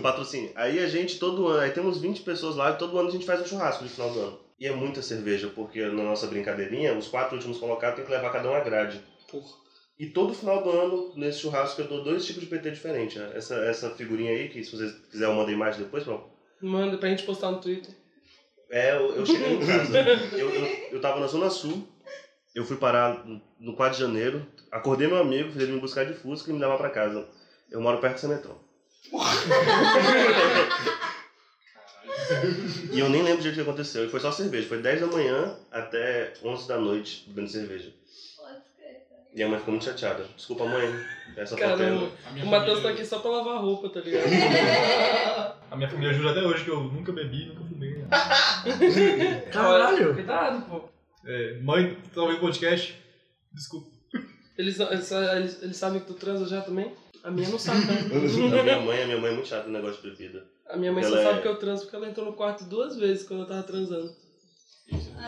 S4: patrocínio. Aí a gente todo ano, aí temos 20 pessoas lá e todo ano a gente faz um churrasco de final do ano. E é muita cerveja, porque na nossa brincadeirinha, os quatro últimos colocados tem que levar cada um a grade.
S2: Porra.
S4: E todo final do ano, nesse churrasco, eu dou dois tipos de PT diferentes. né? Essa, essa figurinha aí, que se vocês quiserem eu mando a imagem depois, pra
S2: Manda pra gente postar no Twitter.
S4: É, eu, eu cheguei em casa. Eu, eu, eu tava na Zona Sul, eu fui parar no- no 4 de janeiro, acordei meu amigo, fiz ele me buscar de Fusca e me levar pra casa. Eu moro perto do Senetrão. e eu nem lembro o dia que aconteceu. E foi só cerveja. Foi 10 da manhã até 11 da noite bebendo cerveja.
S6: Pode crer.
S4: E a mãe ficou muito chateada. Desculpa, mãe. Essa foto é
S2: Caramba.
S3: A
S2: O
S3: minha
S2: Matheus tá
S3: família-
S2: aqui só pra lavar roupa, tá ligado?
S3: A minha família jura até hoje que eu nunca bebi, nunca fumei. né?
S1: Caralho.
S2: Olha, Cuidado, pô.
S3: É, mãe, tá ouvindo podcast? Desculpa. [LAUGHS]
S2: Eles, eles, eles, eles sabem que tu transa já também? A minha não sabe,
S4: [LAUGHS] a
S2: né?
S4: minha mãe. A minha mãe é muito chata no negócio de bebida.
S2: A minha mãe só
S4: Ela é-
S2: sabe que eu transo porque ela entrou no quarto duas vezes quando eu tava
S4: [LAUGHS]
S2: transando.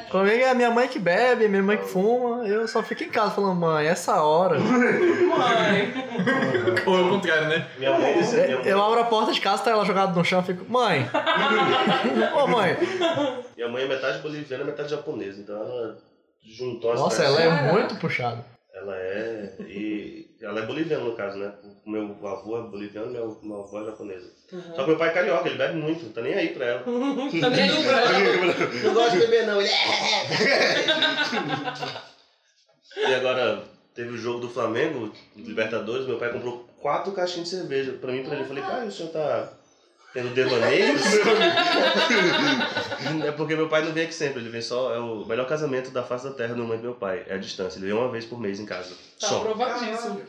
S1: Comigo é a minha mãe que bebe, minha mãe que fuma. Eu só fico em casa falando, mãe, essa hora.
S2: Mãe!
S3: Ou é o contrário, né?
S4: Minha mãe, minha
S1: É, Eu,
S4: mãe,
S1: eu abro a porta de casa, tá ela jogada no chão, eu fico,
S4: [LAUGHS]
S1: mãe. Ô, mãe.
S4: minha mãe é metade boliviana, metade japonesa. Então ela juntou as
S1: Nossa,
S4: tradições.
S1: ela é
S2: Caraca.
S1: muito puxada.
S4: Ela é. E ela é boliviana, no caso, né? O meu avô é boliviano e meu, meu avô é japonesa. Só que meu pai é carioca, ele bebe muito, não tá nem aí pra ela.
S2: Tá nem aí pra ela.
S4: Não gosta de beber, não. Ele E agora, teve o jogo do Flamengo, Libertadores, meu pai comprou quatro caixinhas de cerveja pra mim e pra ele. Eu falei, pai, o senhor tá tendo devaneios? [LAUGHS] é porque meu pai não vem aqui sempre, ele vem só. É o melhor casamento da face da terra no momento do meu pai, é a distância. Ele vem uma vez por mês em casa.
S2: Tá
S4: só.
S2: aprovadíssimo.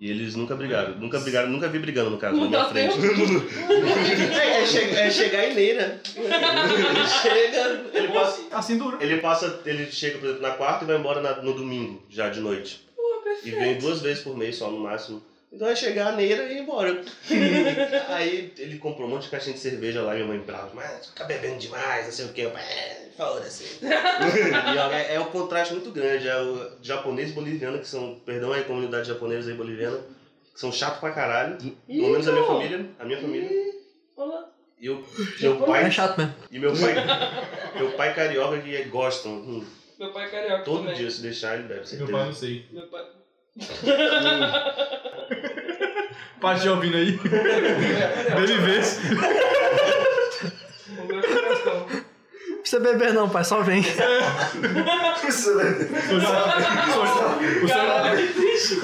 S4: E eles nunca brigaram. Nunca brigaram, nunca vi brigando no caso, na
S2: Não
S4: minha
S2: dá
S4: frente.
S2: tempo.
S4: [LAUGHS] É, é che- é chegar em [LAUGHS] Neira. Ele chega, ele passa,
S3: Assim dura.
S4: ele passa- ele chega, por exemplo, na quarta e vai embora na- no domingo, já de noite. E vem duas vezes por mês só, no máximo. Então é chegar a Neira e ir embora. Aí ele comprou um monte de caixinha de cerveja lá, minha mãe brava, mas fica bebendo demais, não sei o quê. Eu, "É, Foda-se. E, ó, é, é um contraste muito grande. É o japonês e boliviano, que são, perdão aí, comunidade japonesa e boliviana, que são chato pra caralho. Pelo menos a minha família. A minha família.
S2: Olá.
S4: E o meu
S1: É
S4: pai.
S1: chato mesmo.
S4: E meu pai.
S2: [LAUGHS]
S4: meu pai carioca que é- gostam. hum,
S2: Meu pai é carioca
S4: Todo
S2: também.
S4: dia se deixar ele deve ser.
S3: Meu pai, não sei.
S2: Meu pai...
S3: Parte tá ouvindo [LAUGHS] aí. Bebe vez.
S2: O meu coração.
S1: Não precisa beber não, pai, só
S4: [LAUGHS]
S1: vem.
S5: né?
S3: O senhor já- o senhor já- o senhor-
S2: Caralho,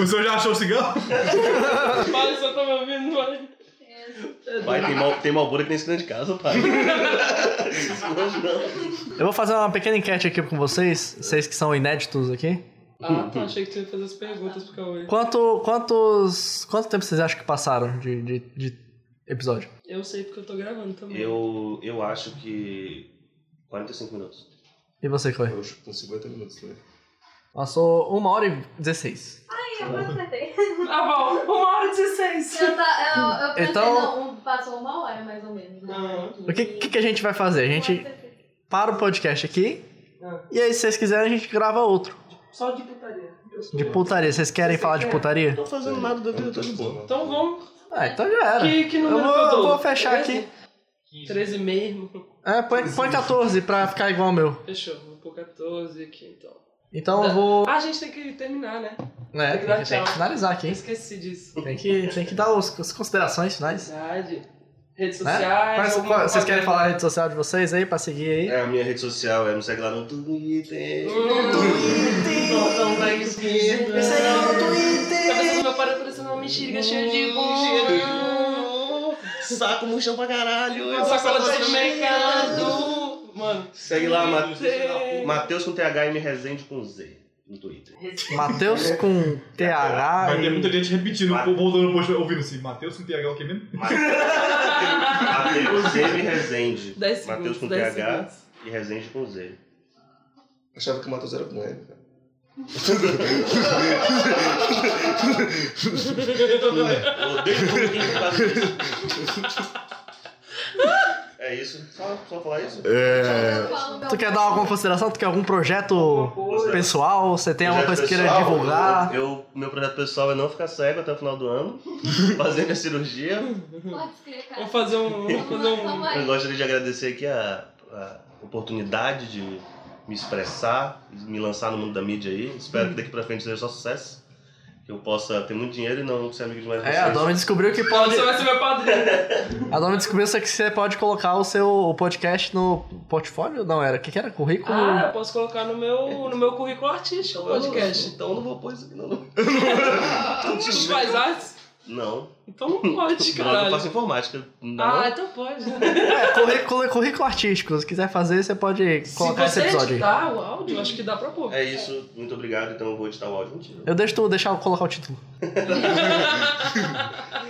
S3: O senhor já achou o cigarro?
S2: fala se eu tô me ouvindo, mãe.
S4: Pai, tem, mal, tem malbura que nem esquina de casa,
S2: [LAUGHS]
S4: pai. Mas não.
S1: Eu vou fazer uma pequena enquete aqui com vocês, vocês que são inéditos aqui.
S2: Ah, tá. Achei que tu ia fazer as perguntas pro Cauê.
S1: Quanto, quantos. Quanto tempo vocês acham que passaram de, de, de episódio?
S2: Eu sei porque eu tô gravando também.
S4: Eu, eu acho que 45 minutos.
S1: E você, Chloe?
S5: Eu chuto uns 50 minutos né? também.
S1: Passou uma hora e 16.
S6: Ai, eu quase acertei.
S2: Ah, bom. Uma hora e 16.
S6: Eu, tá, eu, eu pensei,
S1: Então-
S6: não, um, passou uma hora mais ou menos. né?
S2: Aham.
S1: O que, que, que a gente vai fazer? A gente para o podcast aqui.
S2: Ah.
S1: E aí, se vocês quiserem, a gente grava outro.
S2: Só de putaria. Eu sou-
S1: De putaria. Vocês querem falar de putaria?
S4: Não tô fazendo nada da vida,
S5: Tá
S4: tô de boa.
S2: Então vamos.
S1: Ah, então já era.
S2: Que, que
S1: Eu
S2: número
S1: vou,
S2: que eu
S1: eu
S2: dou?
S1: vou fechar aqui.
S2: 13 mesmo.
S1: É, põe, põe 14 pra ficar igual ao meu.
S2: Fechou. Vou pôr 14 aqui, então.
S1: Então eu vou.
S2: Ah, a gente tem que terminar, né?
S1: É, tem
S2: Tem que dar
S1: que, tem que
S2: tchau.
S1: finalizar aqui,
S2: Eu
S1: hein?
S2: esqueci disso.
S1: Tem que, tem que dar os, as considerações finais.
S2: Verdade. Redes
S1: Né?
S2: sociais.
S1: Quais-
S2: alguma
S1: quais- vocês querem
S2: propaganda.
S1: falar a rede social de vocês aí pra seguir aí?
S4: É a minha rede social, é me segue lá no Twitter.
S2: Me segue lá no Twitter. Cabeça do meu pai parecendo uma mexerica cheia de bucha.
S4: Saco murchão pra caralho.
S2: Sacola de supermercado. um Mano,
S4: Segue lá, Matheus.
S2: Tem.
S4: Matheus com TH e me resende com Z no
S2: [LAUGHS]
S4: Twitter.
S1: Matheus com TH
S3: Vai ter muita
S1: e.
S3: gente repetindo,
S4: Mate-
S3: voltando post, ouvindo assim, Matheus com TH o que mesmo?
S4: Matheus Z me resende.
S2: 10
S4: Matheus
S2: segundos.
S4: com
S2: 10
S4: TH
S2: segundos.
S4: e resende com Z.
S5: Achava que o Matheus era com ele, cara.
S4: Eu odeio tudo que faz isso. É isso. Só, só falar isso.
S5: É.
S6: Eu falo meu
S1: Tu quer dar alguma consideração? Tu quer algum projeto pessoal? Você tem alguma coisa que queira
S4: Projeto pessoal,
S1: divulgar?
S4: Eu, eu- meu projeto pessoal é não ficar cego até o final do ano, [LAUGHS] fazer minha cirurgia.
S6: Pode escrever, cara.
S2: Vamos fazer um. Vamos fazer um.
S6: Vamos lá,
S4: Eu
S6: vamos lá.
S4: gostaria de agradecer aqui a, a oportunidade de me expressar, de me lançar no mundo da mídia aí. Espero que daqui pra frente seja só sucesso. Que eu possa ter muito dinheiro e não ser amigo de mais
S1: É, a
S4: vocês.
S1: Domi descobriu que
S2: Paulo,
S1: pode.
S2: você vai ser meu padrinho.
S1: A Domi descobriu que você pode colocar o seu podcast no portfólio? Não, era. O que, que era? Currículo?
S2: Ah, eu posso colocar no meu, no meu currículo artístico o
S4: Então eu não-
S2: podcast.
S4: Então eu não vou pôr isso aqui,
S1: [LAUGHS]
S4: não. Então,
S2: Tu Ah, faz artes?
S4: Não.
S2: Então não pode,
S4: Não, eu
S2: caralho.
S4: faço informática. Não.
S2: Ah, então pode.
S1: É, currículo, currículo artístico. Se quiser fazer, você pode colocar
S2: Se
S1: esse
S2: você
S1: episódio aí.
S2: editar o áudio, acho que dá pra pôr.
S4: É isso. Muito obrigado. Então eu vou editar o áudio. Mentira.
S1: Eu deixo tu deixar eu colocar o título.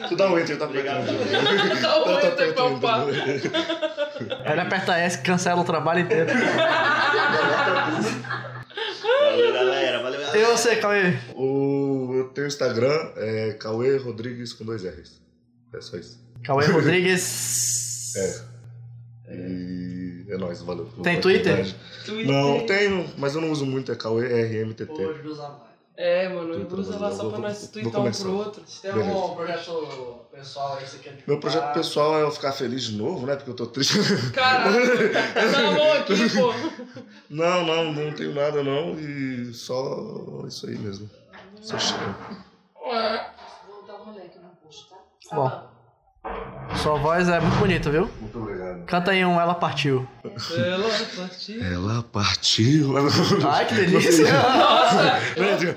S5: Tu dá um enter, tá
S4: Obrigado.
S2: [LAUGHS] Dá um enter, papá.
S1: Ele aperta S, cancela o trabalho inteiro.
S4: Valeu, galera. Valeu, galera.
S1: E você, Cauê?
S5: O, eu tenho Instagram, é Cauê Rodrigues com dois R's. É só isso.
S1: Cauê Rodrigues.
S5: É.
S2: É.
S5: E é nóis, valeu. pela
S1: Tem Twitter?
S5: oportunidade.
S2: Twitter.
S5: Não, tenho, mas eu não uso muito, é Cauê RMTT.
S7: Hoje, meus amados.
S2: É, mano, eu
S5: Twitter,
S2: vou usar
S5: mas
S2: lá
S5: eu
S2: só
S5: vou-
S2: pra nós
S5: vou
S2: twittar um
S5: começar.
S2: pro outro.
S7: Você tem algum projeto pessoal aí que você quer divulgar?
S5: Meu
S2: Ah.
S5: projeto pessoal é eu ficar feliz de novo, né? Porque eu tô triste. [LAUGHS]
S2: Caralho, tá na mão aqui, pô.
S5: Não, não, não tenho nada não. E só isso aí mesmo. Só chega.
S8: Vou dar um moleque no posto, tá?
S1: Bom. Sua voz é muito bonita, viu?
S5: Muito obrigado.
S1: Canta aí um Ela Partiu.
S2: Ela partiu.
S5: Ela partiu. [LAUGHS]
S1: Ai, que delícia!
S2: Nossa,
S5: Né, diga,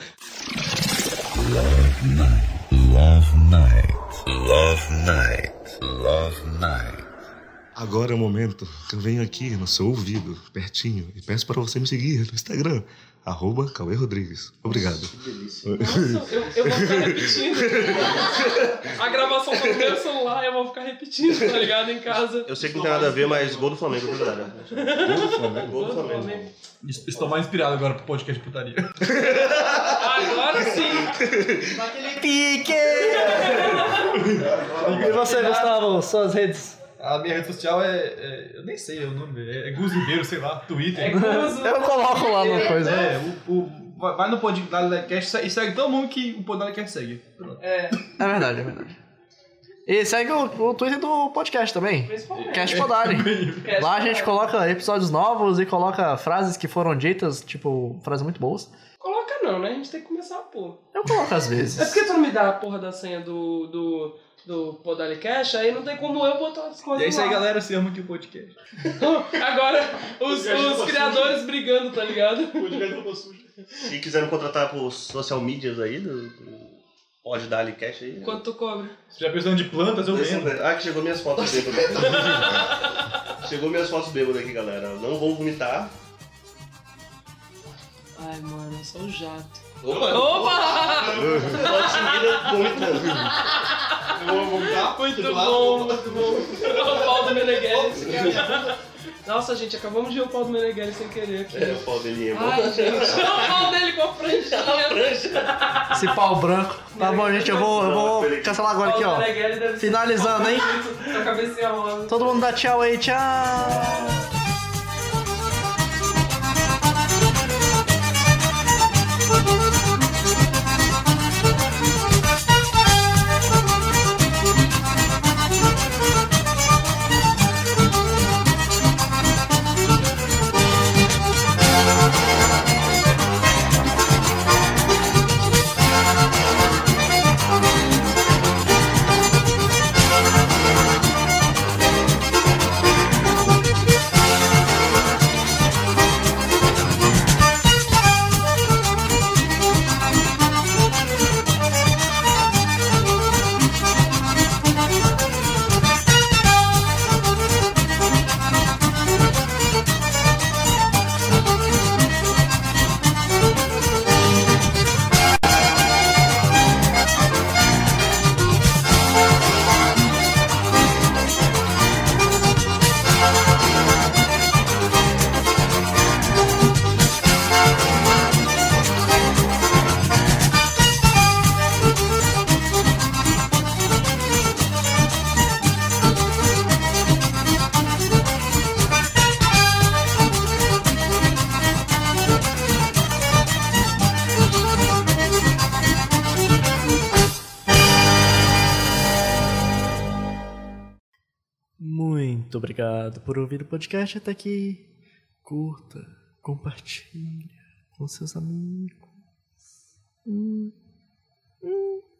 S5: Agora é o momento que eu venho aqui no seu ouvido, pertinho, e peço para você me seguir no Instagram, arroba Cauê Rodrigues. Obrigado.
S4: Que delícia.
S2: nossa, eu, eu vou ficar repetindo. A gravação do meu celular eu vou ficar repetindo, tá ligado? Em casa.
S4: Eu sei que não tem nada a ver, mas gol do Flamengo, viu, galera? Gol do Flamengo.
S3: Estou mais inspirado agora pro podcast de putaria.
S2: Agora sim.
S1: Pique! E você, Gustavo? Suas redes?
S3: A minha rede social é. é- eu nem sei o nome, é, é Gus Ribeiro, sei lá, Twitter.
S2: É gozo.
S1: Eu coloco lá no coisa.
S3: É, o, o- vai vai no podcast e segue todo mundo que o podcast segue.
S2: É,
S1: É verdade, é verdade. E segue o, o Twitter do podcast também.
S2: principalmente. é,
S1: Cast Podari.
S2: [LAUGHS] Cast
S1: Lá a gente
S2: Podari.
S1: coloca episódios novos e coloca frases que foram ditas, tipo, frases muito boas.
S2: Coloca não, né? A gente tem que começar a pôr.
S1: Eu coloco às
S2: É
S1: vezes.
S2: [LAUGHS] porque tu não me dá a porra da senha do, do, do Podali Cash, aí não tem como eu botar as coisas
S3: E é isso aí,
S2: lá.
S3: galera, se ama aqui o podcast.
S2: Agora, os, os criadores brigando, tá ligado?
S4: Se quiserem contratar por social medias aí, do, do, pode dar ali cash aí.
S2: Quanto tu cobra?
S3: Se já precisando de plantas, eu vendo.
S4: Ah, que chegou minhas fotos bêbadas. chegou minhas fotos bêbadas aqui, galera. Não vou vomitar.
S2: Ai, mano, eu sou um jato.
S4: Opa!
S2: Opa!
S4: Otimira, vomitando.
S3: Eu vou vomitar.
S2: Muito
S3: Do lado,
S2: bom,
S3: do
S2: muito bom. O pau do [LAUGHS] Meneghelis. Nossa, gente, acabamos de ver o pau do Meneghelis sem querer aqui.
S4: É, o pau dele é bom.
S2: Ai, gente, olha o pau dele com a franjinha.
S1: Esse pau branco. Tá bom, gente, eu vou, eu vou cancelar agora aqui, ó. Finalizando, hein?
S2: Com a cabecinha rolando.
S1: Todo mundo dá tchau aí, tchau! Muito obrigado por ouvir o podcast até aqui. Curta, compartilha com seus amigos. Hum, hum.